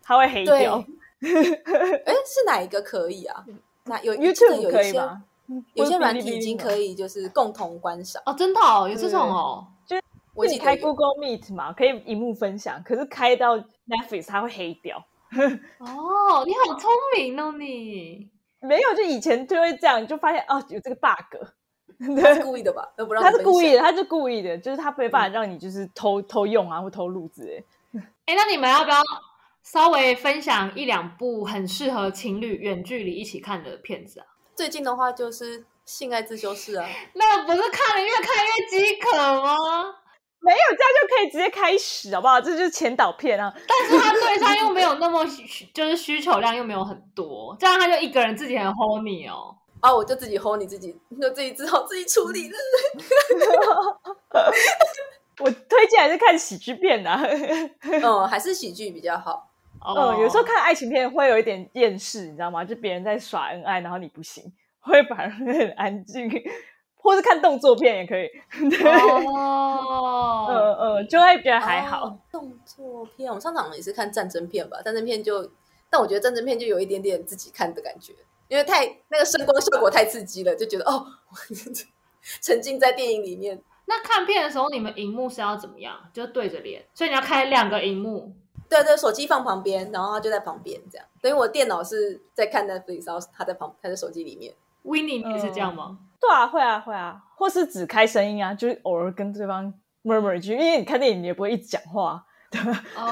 [SPEAKER 3] 它会黑掉
[SPEAKER 4] 哎，是哪一个可以啊？那有真的
[SPEAKER 3] 嗯，YouTube
[SPEAKER 4] 有
[SPEAKER 3] 可
[SPEAKER 4] 一
[SPEAKER 3] 以
[SPEAKER 4] 些
[SPEAKER 3] 吧？
[SPEAKER 4] 有些软体已经
[SPEAKER 3] 以。
[SPEAKER 4] 可以就是共同观赏。
[SPEAKER 2] 哦，真的哦，有这种哦，
[SPEAKER 4] 我
[SPEAKER 3] 自己
[SPEAKER 4] 记
[SPEAKER 3] 开
[SPEAKER 4] 得有
[SPEAKER 3] Google Meet 嘛，可以荧幕分享，可是开到 Netflix 它会黑掉。
[SPEAKER 2] 哦，你好聪明哦，你
[SPEAKER 3] 没有，就以前就会这样，就发现哦有这个 bug，
[SPEAKER 4] 他是故意的吧？都不让
[SPEAKER 3] 他是故
[SPEAKER 4] 意。
[SPEAKER 3] 意的，他是故意的，就是他没
[SPEAKER 2] 嗯
[SPEAKER 3] 办法让你就是偷、偷用啊或偷录之类。
[SPEAKER 2] 哎，那你们要不要稍微分享一两部很适合情侣远距离一起看的片子啊？
[SPEAKER 4] 最近的话就是《性爱自修室》啊，
[SPEAKER 2] 那不是看了越看越饥渴吗？
[SPEAKER 3] 没有，这样就可以直接开始，好不好？这就是前导片啊。
[SPEAKER 2] 但是他对象又没有那么需，就是需求量又没有很多，这样他就一个人自己很 horny 哦。
[SPEAKER 4] 啊，我就自己 hold 你自己，就自己只好自己处理了。
[SPEAKER 3] 我推荐还是看喜剧片啊。
[SPEAKER 4] 嗯，还是喜剧比较好。
[SPEAKER 2] 哦，
[SPEAKER 3] 嗯，有时候看爱情片会有一点厌世，你知道吗？就别人在耍恩爱，然后你不行，会反而很安静。或是看动作片也可以，
[SPEAKER 2] 哦，
[SPEAKER 3] 嗯嗯，就会觉得还好。
[SPEAKER 4] 哦动作片，我上场也是看战争片吧，战争片就，但我觉得战争片就有一点点自己看的感觉，因为太那个声光效果太刺激了，就觉得哦， 我沉浸在电影里面。
[SPEAKER 2] 那看片的时候，你们荧幕是要怎么样？就对着脸，所以你要开两个荧幕。
[SPEAKER 4] 对啊对，手机放旁边，然后他就在旁边这样。等于我电脑是在看 Netflix，然后他在旁，他在手机里面。
[SPEAKER 2] 维尼，你也是这样吗？
[SPEAKER 3] 对啊，会啊，会啊，或是只开声音啊，就是偶尔跟对方 murmur 一句，因为你看电影你也不会一直讲话，啊
[SPEAKER 2] 哦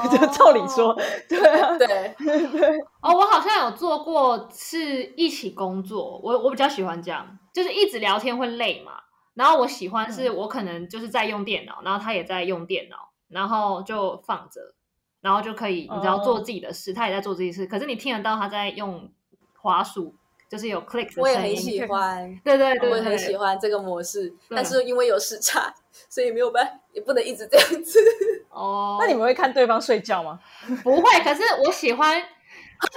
[SPEAKER 3] 嗯就照理说，对啊，
[SPEAKER 4] 对，
[SPEAKER 2] 哦，我好像有做过是一起工作，我我比较喜欢这样，就是一直聊天会累嘛。然后我喜欢是
[SPEAKER 4] 嗯
[SPEAKER 2] 我可能就是在用电脑，然后他也在用电脑，然后就放着，然后就可以你知道
[SPEAKER 3] 哦
[SPEAKER 2] 做自己的事，他也在做自己的事，可是你听得到他在用滑鼠，就是有 click 的
[SPEAKER 4] 我也
[SPEAKER 2] 声
[SPEAKER 4] 很
[SPEAKER 2] 音
[SPEAKER 4] 喜。欢，
[SPEAKER 2] 对对对，嗯
[SPEAKER 4] 我也很喜
[SPEAKER 2] 欢。
[SPEAKER 4] 欢这个模式，
[SPEAKER 2] 对
[SPEAKER 4] 但是因为有时差， 所以没有办，也不能一直这样子。
[SPEAKER 2] 哦，
[SPEAKER 3] 那你们会看对方睡觉吗？
[SPEAKER 2] 不会？可是我喜欢，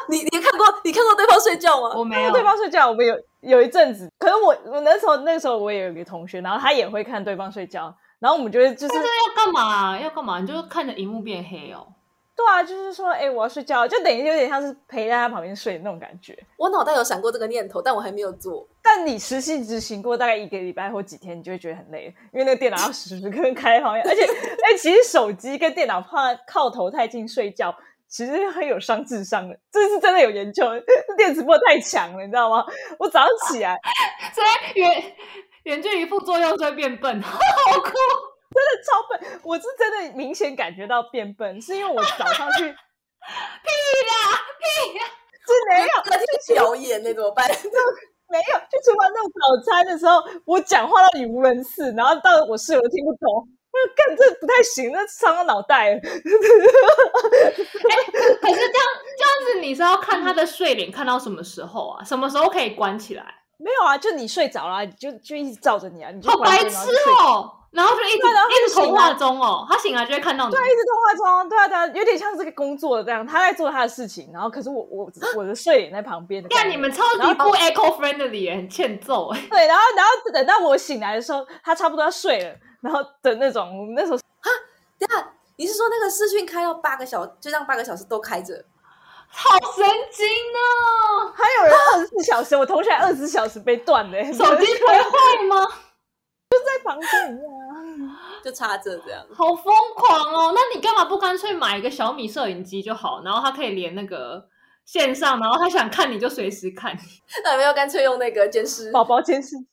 [SPEAKER 4] 你你看过你看过对方睡觉吗？
[SPEAKER 2] 我没有
[SPEAKER 3] 看对方睡觉，我们有有一阵子，可能我我那时候那时候我也有一个同学，然后他也会看对方睡觉，然后我们就会就是
[SPEAKER 2] 要干嘛？要干嘛？你就看着荧幕变黑哦。
[SPEAKER 3] 对啊，就是说，哎、我要睡觉，就等于有点像是陪在他旁边睡的那种感觉。
[SPEAKER 4] 我脑袋有闪过这个念头，但我还没有做。
[SPEAKER 3] 但你实际执行过大概一个礼拜或几天，你就会觉得很累，因为那个电脑要时时刻刻开在旁边， 而且哎、其实手机跟电脑放在靠头太近睡觉，其实很有伤智商的，这是真的有研究的，电磁波太强了，你知道吗？我早上起来，
[SPEAKER 2] 所以远远距离副作用就会变笨，哦 好酷。
[SPEAKER 3] 超笨，我是真的明显感觉到变笨，是因为我早上 去，屁啦屁啦，是没有，
[SPEAKER 4] 那就是表演那怎么办？
[SPEAKER 3] 没有，去厨房弄早餐的时候，我讲话到语无伦次，然后到我室友都听不懂。我说干这不太行，那伤到脑袋了。
[SPEAKER 2] 可是这样这样子，你是要看他的睡脸看到什么时候啊？什么时候可以关起来？
[SPEAKER 3] 没有啊，就你睡着啦，你就就一直照着你啊，你就
[SPEAKER 2] 好
[SPEAKER 3] 关
[SPEAKER 2] 白
[SPEAKER 3] 着
[SPEAKER 2] 痴！
[SPEAKER 3] 然后就睡着
[SPEAKER 2] 哦！然后就一直
[SPEAKER 3] 对然后他就
[SPEAKER 2] 一直通
[SPEAKER 3] 醒来
[SPEAKER 2] 话中哦，他醒来就会看到你
[SPEAKER 3] 对。啊，一直通话中，对啊，对啊，有点像这个工作的这样，他在做他的事情，然后可是我我我的睡脸在旁边的概
[SPEAKER 2] 看
[SPEAKER 3] 念。
[SPEAKER 2] 你们超级
[SPEAKER 3] 然
[SPEAKER 2] 不 eco friendly，耶很欠揍 哎。
[SPEAKER 3] 对，然后然后等到我醒来的时候，他差不多要睡了，然后的那种，我们那时候
[SPEAKER 4] 等一下你是说那个视讯开到八个小，就让八个小时都开着？
[SPEAKER 2] 好神经哦！
[SPEAKER 3] 还有人二十四小时，我同学二十四小时被断的、欸，
[SPEAKER 2] 手机不会坏吗？
[SPEAKER 3] 在房间一样啊。
[SPEAKER 4] 就插着这样。
[SPEAKER 2] 好疯狂哦！那你干嘛不干脆买一个小米摄影机就好？然后它可以连那个线上，然后他想看你就随时看。
[SPEAKER 4] 那有没有干脆用那个监视？
[SPEAKER 3] 宝宝监视器，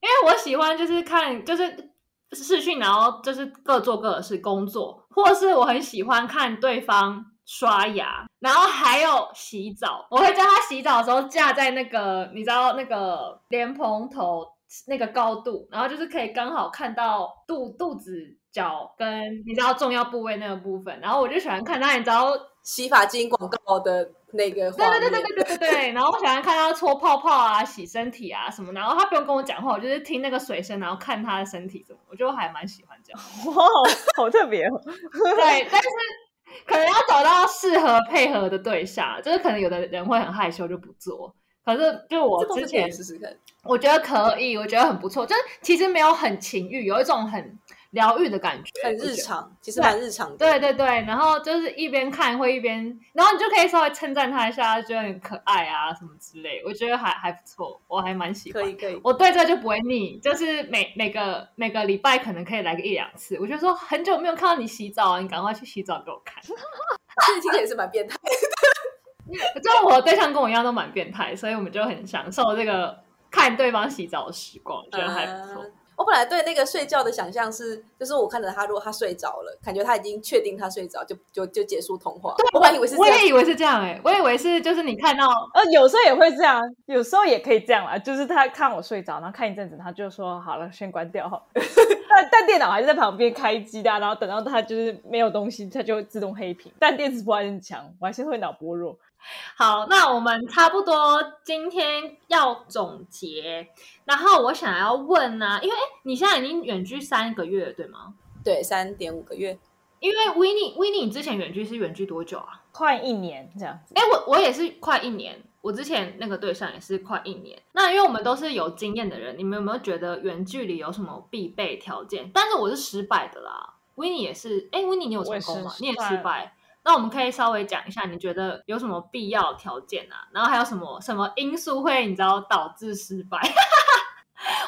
[SPEAKER 2] 因为我喜欢就是看就是视讯，然后就是各做各的事，工作，或者是我很喜欢看对方刷牙，然后还有洗澡。我会叫他洗澡的时候架在那个你知道那个莲蓬头那个高度，然后就是可以刚好看到肚肚子。脚跟你知道重要部位那个部分，然后我就喜欢看他，你知道
[SPEAKER 4] 洗发精广告的那个画面，
[SPEAKER 2] 对对对对对对对对。 然后我喜欢看他搓泡泡啊、洗身体啊什么，然后他不用跟我讲话，我就是听那个水声，然后看他的身体怎么，我就还蛮喜欢 这样。
[SPEAKER 3] 哇，好好特别 哦。
[SPEAKER 2] 对，但是可能要找到适合配合的对象，就是可能有的人会很害羞就不做。可是就我
[SPEAKER 4] 这东西
[SPEAKER 2] 之
[SPEAKER 4] 可以
[SPEAKER 2] 前
[SPEAKER 4] 试试看。
[SPEAKER 2] 我觉得可以，我觉得很不错，就是其实没有很情欲，有一种很疗愈的感觉，
[SPEAKER 4] 很
[SPEAKER 2] 我觉
[SPEAKER 4] 日
[SPEAKER 2] 得
[SPEAKER 4] 常，其实蛮日常的。
[SPEAKER 2] 对对对，然后就是一边看会一边，然后你就可以稍微称赞他一下，觉得很可爱啊什么之类，我觉得还还不错，我还蛮喜欢
[SPEAKER 4] 可。以可以，
[SPEAKER 2] 我对这就不会腻，就是每每个每个礼拜可能可以来个一两次。我就说很久没有看到你洗澡啊，你赶快去洗澡给我看。
[SPEAKER 4] 这听起来也是蛮变态。
[SPEAKER 2] 就我对象跟我一样都蛮变态，所以我们就很享受这个看对方洗澡的时光，我觉得还不错。
[SPEAKER 4] 嗯我本来对那个睡觉的想象是，就是我看着他，如果他睡着了，感觉他已经确定他睡着，就就就结束通话。我本来以为是这
[SPEAKER 2] 我
[SPEAKER 4] 样，
[SPEAKER 2] 也以为是这样哎、我以为是就是你看到
[SPEAKER 3] 呃，有时候也会这样，有时候也可以这样啦。就是他看我睡着，然后看一阵子，他就说好了，先关掉好 了。但但电脑还是在旁边开机的啊、然后等到他就是没有东西，它就会自动黑屏。但电磁波还是很强，我还是会脑波弱。
[SPEAKER 2] 好，那我们差不多今天要总结，然后我想要问呢、因为诶你现在已经远距三个月了对吗？
[SPEAKER 4] 对，三点五个月，
[SPEAKER 2] 因为 Winnie Winnie 你之前远距是远距多久啊？
[SPEAKER 3] 快一年这样子，
[SPEAKER 2] 哎，我我也是快一年，我之前那个对象也是快一年。那因为我们都是有经验的人，你们有没有觉得远距离有什么必备条件？但是我是失败的啦，Winnie 也是，哎，Winnie 你有成功吗？
[SPEAKER 3] 我
[SPEAKER 2] 你
[SPEAKER 3] 也
[SPEAKER 2] 也
[SPEAKER 3] 是
[SPEAKER 2] 失
[SPEAKER 3] 失
[SPEAKER 2] 败。那我们可以稍微讲一下，你觉得有什么必要条件啊？然后还有什么什么因素会你知道导致失败？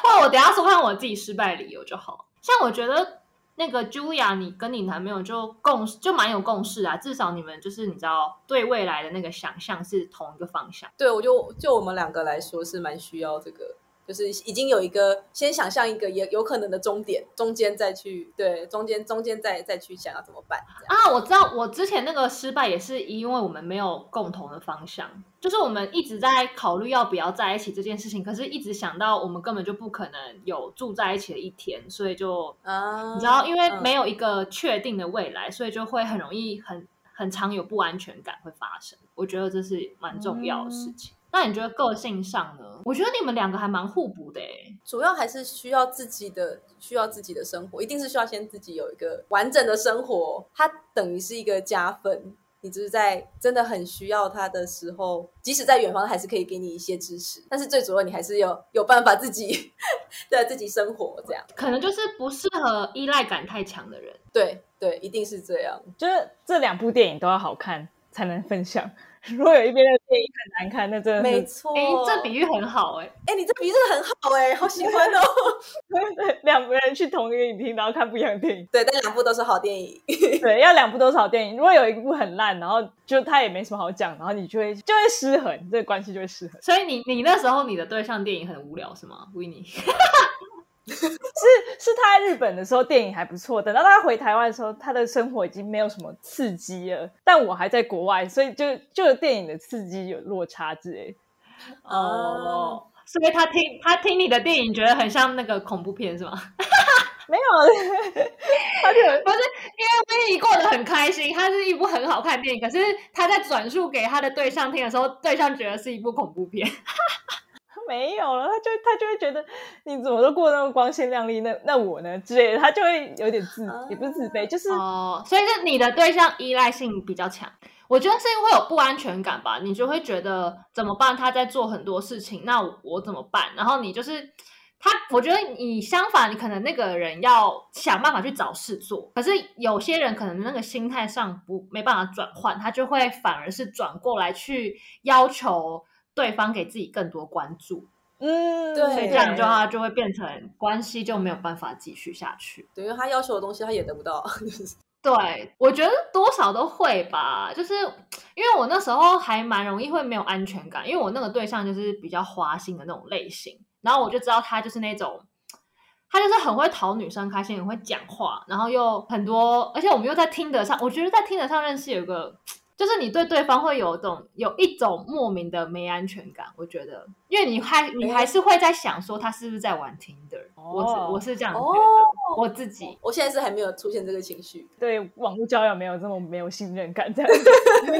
[SPEAKER 2] 或者我等一下说看我自己失败的理由就好。像我觉得那个 Julia，你跟你男朋友就共就蛮有共识啊，至少你们就是你知道对未来的那个想象是同一个方向。
[SPEAKER 4] 对我就就我们两个来说是蛮需要这个，就是已经有一个先想象一个也有可能的终点，中间再去对中间中间再再去想要怎么办这样。
[SPEAKER 2] 啊，我知道，我之前那个失败也是因为我们没有共同的方向，就是我们一直在考虑要不要在一起这件事情，可是一直想到我们根本就不可能有住在一起的一天，所以就
[SPEAKER 4] 啊，
[SPEAKER 2] 你知道，因为
[SPEAKER 4] 嗯
[SPEAKER 2] 没有一个确定的未来，所以就会很容易很很常有不安全感会发生。我觉得这是蛮重要
[SPEAKER 4] 嗯
[SPEAKER 2] 的事情。那你觉得个性上呢？我觉得你们两个还蛮互补的欸诶、
[SPEAKER 4] 主要还是需要自己的，需要自己的生活，一定是需要先自己有一个完整的生活，它等于是一个加分。你只是在真的很需要它的时候，即使在远方，它还是可以给你一些支持。但是最主要，你还是有有办法自己 对自己生活，这样
[SPEAKER 2] 可能就是不适合依赖感太强的人。
[SPEAKER 4] 对对，一定是这样。
[SPEAKER 3] 就是这两部电影都要好看才能分享。如果有一边的电影很难看，那真的
[SPEAKER 4] 没
[SPEAKER 3] 是
[SPEAKER 4] 错，
[SPEAKER 2] 哎、这比喻很好欸诶、
[SPEAKER 4] 哎、你这比喻真的很好哎、好喜欢 哦。
[SPEAKER 3] 两个人去同一个影厅，然后看不一样的电影。
[SPEAKER 4] 对，但两部都是好电影，
[SPEAKER 3] 对，要两部都是好电影。如果有一部很烂，然后就它也没什么好讲，然后你就会就会失衡，这个关系就会失衡。
[SPEAKER 2] 所以你你那时候你的对象电影很无聊是吗维尼，
[SPEAKER 3] 是是他在日本的时候电影还不错，等到他回台湾的时候，他的生活已经没有什么刺激了。但我还在国外，所以就就电影的刺激有落差之类。
[SPEAKER 2] 哦，所以他听他听你的电影觉得很像那个恐怖片是吗？
[SPEAKER 3] 没有，他就有
[SPEAKER 2] 不是，因为威尼过得很开心，它是一部很好看的电影，可是他在转述给他的对象听的时候，对象觉得是一部恐怖片。
[SPEAKER 3] 没有了，他就他就会觉得你怎么都过得那么光鲜亮丽，那那我呢之类的，他就会有点自、也不是自卑，就是
[SPEAKER 2] 哦，所以是你的对象依赖性比较强，我觉得是会有不安全感吧，你就会觉得怎么办？他在做很多事情，那我我怎么办？然后你就是。他，我觉得你相反，你可能那个人要想办法去找事做，可是有些人可能那个心态上不没办法转换，他就会反而是转过来去要求对方给自己更多关注，
[SPEAKER 3] 嗯，
[SPEAKER 4] 对
[SPEAKER 2] 所以这样就他就会变成关系就没有办法继续下去。
[SPEAKER 4] 对，因为他要求的东西他也得不到，就是
[SPEAKER 2] 对，我觉得多少都会吧，就是因为我那时候还蛮容易会没有安全感，因为我那个对象就是比较花心的那种类型，然后我就知道他就是那种，他就是很会讨女生开心，很会讲话，然后又很多，而且我们又在听得上，我觉得在听得上认识有个，就是你对对方会有种有一种莫名的没安全感，我觉得，因为你还你还是会在想说他是不是在玩 Tinder，、我
[SPEAKER 3] 哦
[SPEAKER 2] 是我是这样觉得，我自己。
[SPEAKER 4] 我现在是还没有出现这个情绪，
[SPEAKER 3] 对网络交友没有这么没有信任感，这样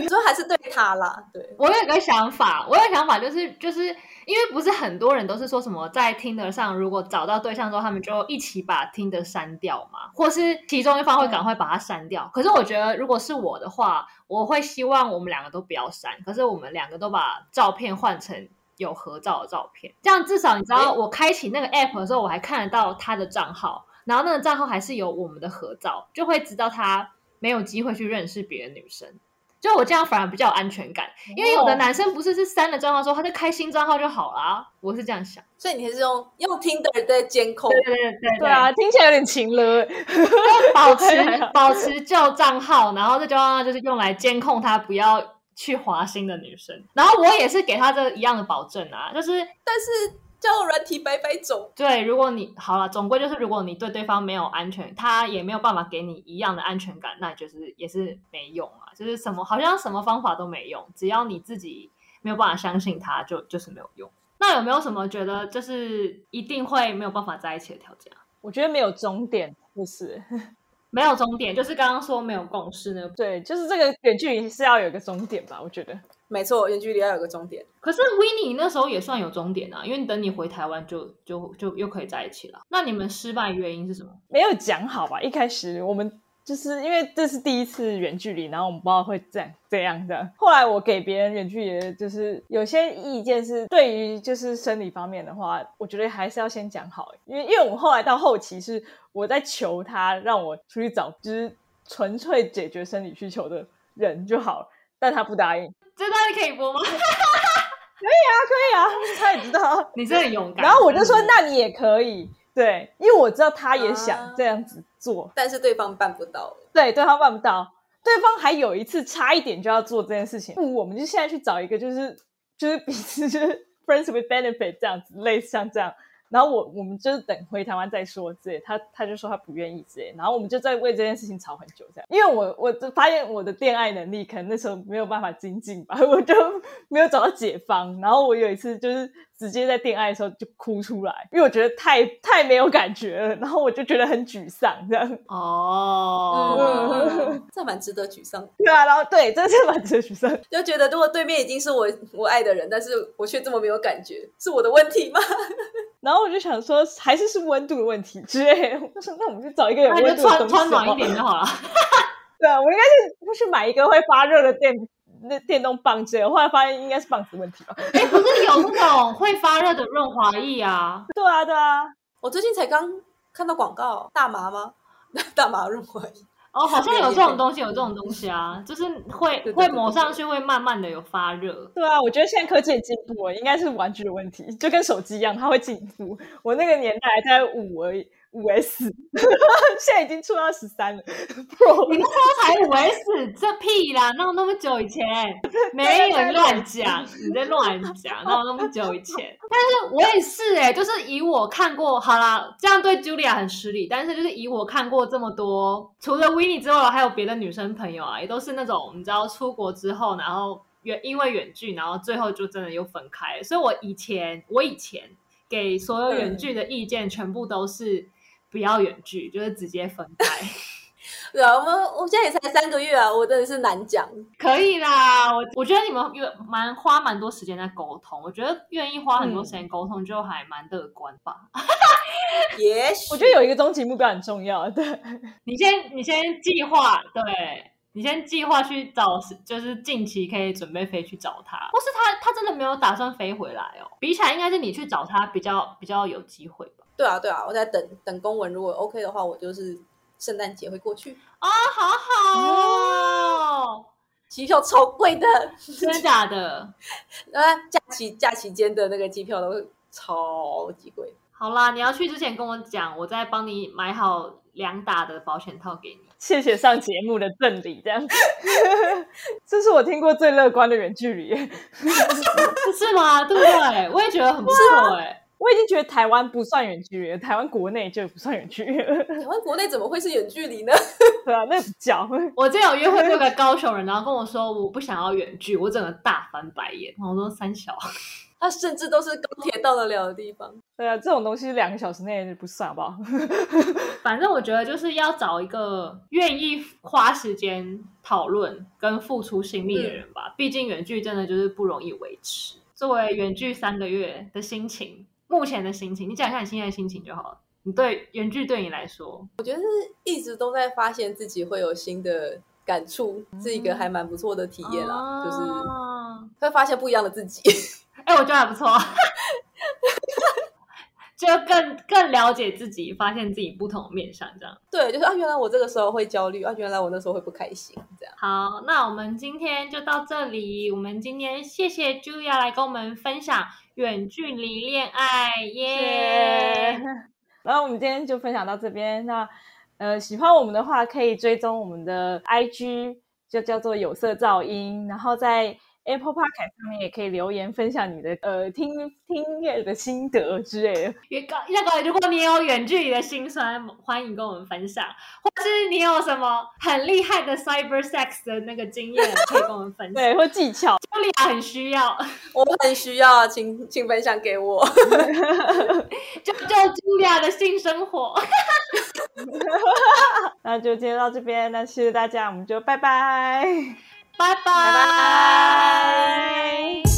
[SPEAKER 4] 所以还是对他啦，对，
[SPEAKER 2] 我有个想法，我有个想法就是，就是因为不是很多人都是说什么在 Tinder 上，如果找到对象之后，他们就一起把 Tinder 删掉嘛，或是其中一方会赶快把它删掉。可是我觉得，如果是我的话，我会希望我们两个都不要删，可是我们两个都把照片换成。有合照的照片，这样至少你知道，我开启那个 app 的时候，我还看得到他的账号，然后那个账号还是有我们的合照，就会知道他没有机会去认识别的女生。就我这样反而比较有安全感，因为有的男生不是是删了账号之后，他就开新账号就好啦。我是这样想。
[SPEAKER 4] 所以你还是用用 Tinder 在监控，
[SPEAKER 2] 对对对
[SPEAKER 3] 对啊，听起来有点情了。
[SPEAKER 2] 保持
[SPEAKER 3] 还好
[SPEAKER 2] 保持旧账号，然后这旧账号就是用来监控他不要去滑新的女生。然后我也是给他这一样的保证啊，就是
[SPEAKER 4] 但是交友软体白白走，
[SPEAKER 2] 对，如果你好了，总归就是如果你对对方没有安全，他也没有办法给你一样的安全感，那就是也是没用啊，就是什么好像什么方法都没用，只要你自己没有办法相信他，就就是没有用。那有没有什么觉得就是一定会没有办法在一起的条件啊？
[SPEAKER 3] 我觉得没有终点，就是
[SPEAKER 2] 没有终点，就是刚刚说没有共识呢。
[SPEAKER 3] 对，就是这个远距离是要有一个终点吧？我觉得
[SPEAKER 4] 没错，远距离要有个终点。
[SPEAKER 2] 可是 w i n n i 那时候也算有终点啊，因为等你回台湾就就就又可以在一起了。那你们失败原因是什么？
[SPEAKER 3] 没有讲好吧？一开始我们就是因为这是第一次远距离，然后我们不知道会这样这样的。后来我给别人远距离，的就是有些意见是对于就是生理方面的话，我觉得还是要先讲好，因为因为我们后来到后期是我在求他让我出去找，就是纯粹解决生理需求的人就好了，但他不答应。
[SPEAKER 2] 这段可以播吗？
[SPEAKER 3] 对啊，他也知道。
[SPEAKER 2] 你真的很勇敢。
[SPEAKER 3] 然后我就说，那你也可以，对，因为我知道他也想
[SPEAKER 4] 啊
[SPEAKER 3] 这样子做，
[SPEAKER 4] 但是对方办不到，
[SPEAKER 3] 对，对方办不到，对方还有一次差一点就要做这件事情，不，我们就现在去找一个就是就是彼此就是 friends with benefit 这样子，类似像这样。然后我我们就是等回台湾再说之类，他他就说他不愿意之类，然后我们就在为这件事情吵很久这样。因为我我就发现我的恋爱能力可能那时候没有办法精进吧， 我就没有找到解放。然后我有一次就是直接在恋爱的时候就哭出来，因为我觉得太太没有感觉了，然后我就觉得很沮丧这样。
[SPEAKER 2] 哦，
[SPEAKER 4] 嗯，这蛮值得沮丧的，
[SPEAKER 3] 对啊，然后对，真的是蛮值得沮丧。
[SPEAKER 4] 就觉得如果对面已经是我我爱的人，但是我却这么没有感觉，是我的问题吗？
[SPEAKER 3] 然后我就想说，还是是温度的问题之类的。我说，那我们去找一个有
[SPEAKER 2] 那
[SPEAKER 3] 温
[SPEAKER 2] 你
[SPEAKER 3] 度
[SPEAKER 2] 就
[SPEAKER 3] 的
[SPEAKER 2] 穿
[SPEAKER 3] 东西
[SPEAKER 2] 穿暖
[SPEAKER 3] 好
[SPEAKER 2] 一
[SPEAKER 3] 不好
[SPEAKER 2] 点 就 好了。
[SPEAKER 3] 对，啊我应该是去买一个会发热的电那电动棒之类的。后来发现应该是棒子问题吧。
[SPEAKER 2] 哎、不是有那种会发热的润滑液啊？
[SPEAKER 3] 对啊，对啊，
[SPEAKER 4] 我最近才刚看到广告，大麻吗？ 大麻润滑液，
[SPEAKER 2] 哦，好像有这种东西，有这种东西啊，就是会
[SPEAKER 4] 对对对
[SPEAKER 2] 会抹上去，会慢慢的有发热。
[SPEAKER 3] 对啊。我觉得现在科技也进步了，欸应该是玩具的问题，就跟手机一样，它会进步。我那个年代还在五而已。五 S，现在已经出到十三了。Pro，
[SPEAKER 2] 你那时候才五 S，这屁啦，哪有那么久以前？没有
[SPEAKER 3] 对对对
[SPEAKER 2] 你乱讲，你在乱讲，哪有那么久以前？但是我也是哎、就是以我看过，好啦，这样对 Julia 很失礼，但是就是以我看过这么多，除了 w i n n i e 之外，我还有别的女生朋友啊，也都是那种你知道出国之后，然后远因为远距，然后最后就真的又分开了。所以我以前，我以前给所有远距的意见，全部都是不要远距，就是直接分开。
[SPEAKER 4] 对啊，我们我们现在也才三个月啊，我真的是难讲。
[SPEAKER 2] 可以啦，我我觉得你们有蛮花蛮多时间在沟通，我觉得愿意花很多时间沟通就还蛮乐观吧。
[SPEAKER 4] 也许
[SPEAKER 3] 啊我觉得有一个终极目标很重要。对，
[SPEAKER 2] 你先你先计划，对你先计划去找，就是近期可以准备飞去找他，或是他他真的没有打算飞回来哦。比起来，应该是你去找他比较比较有机会吧。
[SPEAKER 4] 对啊，对啊，我在等等公文，如果 OK 的话，我就是圣诞节会过去。
[SPEAKER 2] 啊、好好哦，
[SPEAKER 4] 机票超贵的，
[SPEAKER 2] 真的假的？
[SPEAKER 4] 呃，假期假期间的那个机票都超级贵。
[SPEAKER 2] 好啦，你要去之前跟我讲，我再帮你买好两打的保险套给你。
[SPEAKER 3] 谢谢上节目的赠礼，这样子， 这是我听过最乐观的远距离耶。
[SPEAKER 2] 是吗？对不对？我也觉得很不错哎、
[SPEAKER 3] 我已经觉得台湾不算远距离了，台湾国内就不算远距离了，
[SPEAKER 4] 台湾国内怎么会是远距离呢？
[SPEAKER 3] 对啊，那不叫。
[SPEAKER 2] 我之前有约会过一个高雄人，然后跟我说我不想要远距，我整个大翻白眼。然后我说三小，
[SPEAKER 4] 它甚至都是高铁到得了的地方。
[SPEAKER 3] 对啊，这种东西两个小时内就不算，好不好？
[SPEAKER 2] 反正我觉得就是要找一个愿意花时间讨论跟付出心力的人
[SPEAKER 4] 嗯
[SPEAKER 2] 吧。毕竟远距真的就是不容易维持。作为远距三个月的心情，目前的心情，你讲一下你现在的心情就好了。你对远距对你来说，
[SPEAKER 4] 一直都在发现自己会有新的感触，是一个还蛮不错的体验啦，就是
[SPEAKER 2] 哦
[SPEAKER 4] 会发现不一样的自己。
[SPEAKER 2] 哎、我觉得还不错， 就更更了解自己，发现自己不同的面相，这样。
[SPEAKER 4] 对，就是啊，原来我这个时候会焦虑，啊，原来我那时候会不开心，这样。
[SPEAKER 2] 好，那我们今天就到这里。我们今天谢谢 Julia 来跟我们分享远距离恋爱，耶、
[SPEAKER 3] 然后我们今天就分享到这边。那呃，喜欢我们的话，可以追踪我们的 IG，就叫做有色噪音。然后在 Apple Podcast 上面也可以留言分享你的呃听听音乐的心得之类的。
[SPEAKER 2] 越高那个，如果你有远距离的心酸，欢迎跟我们分享，或是你有什么很厉害的 cyber sex 的那个经验，可以跟我们分 享。
[SPEAKER 3] 对，或技巧。
[SPEAKER 2] Julia 很需要。
[SPEAKER 4] 我很需要，请请分享给我。
[SPEAKER 2] 就就茱莉亚的性生活，
[SPEAKER 3] 那就今天到这边，那谢谢大家，我们就拜拜。
[SPEAKER 2] 拜拜
[SPEAKER 3] 拜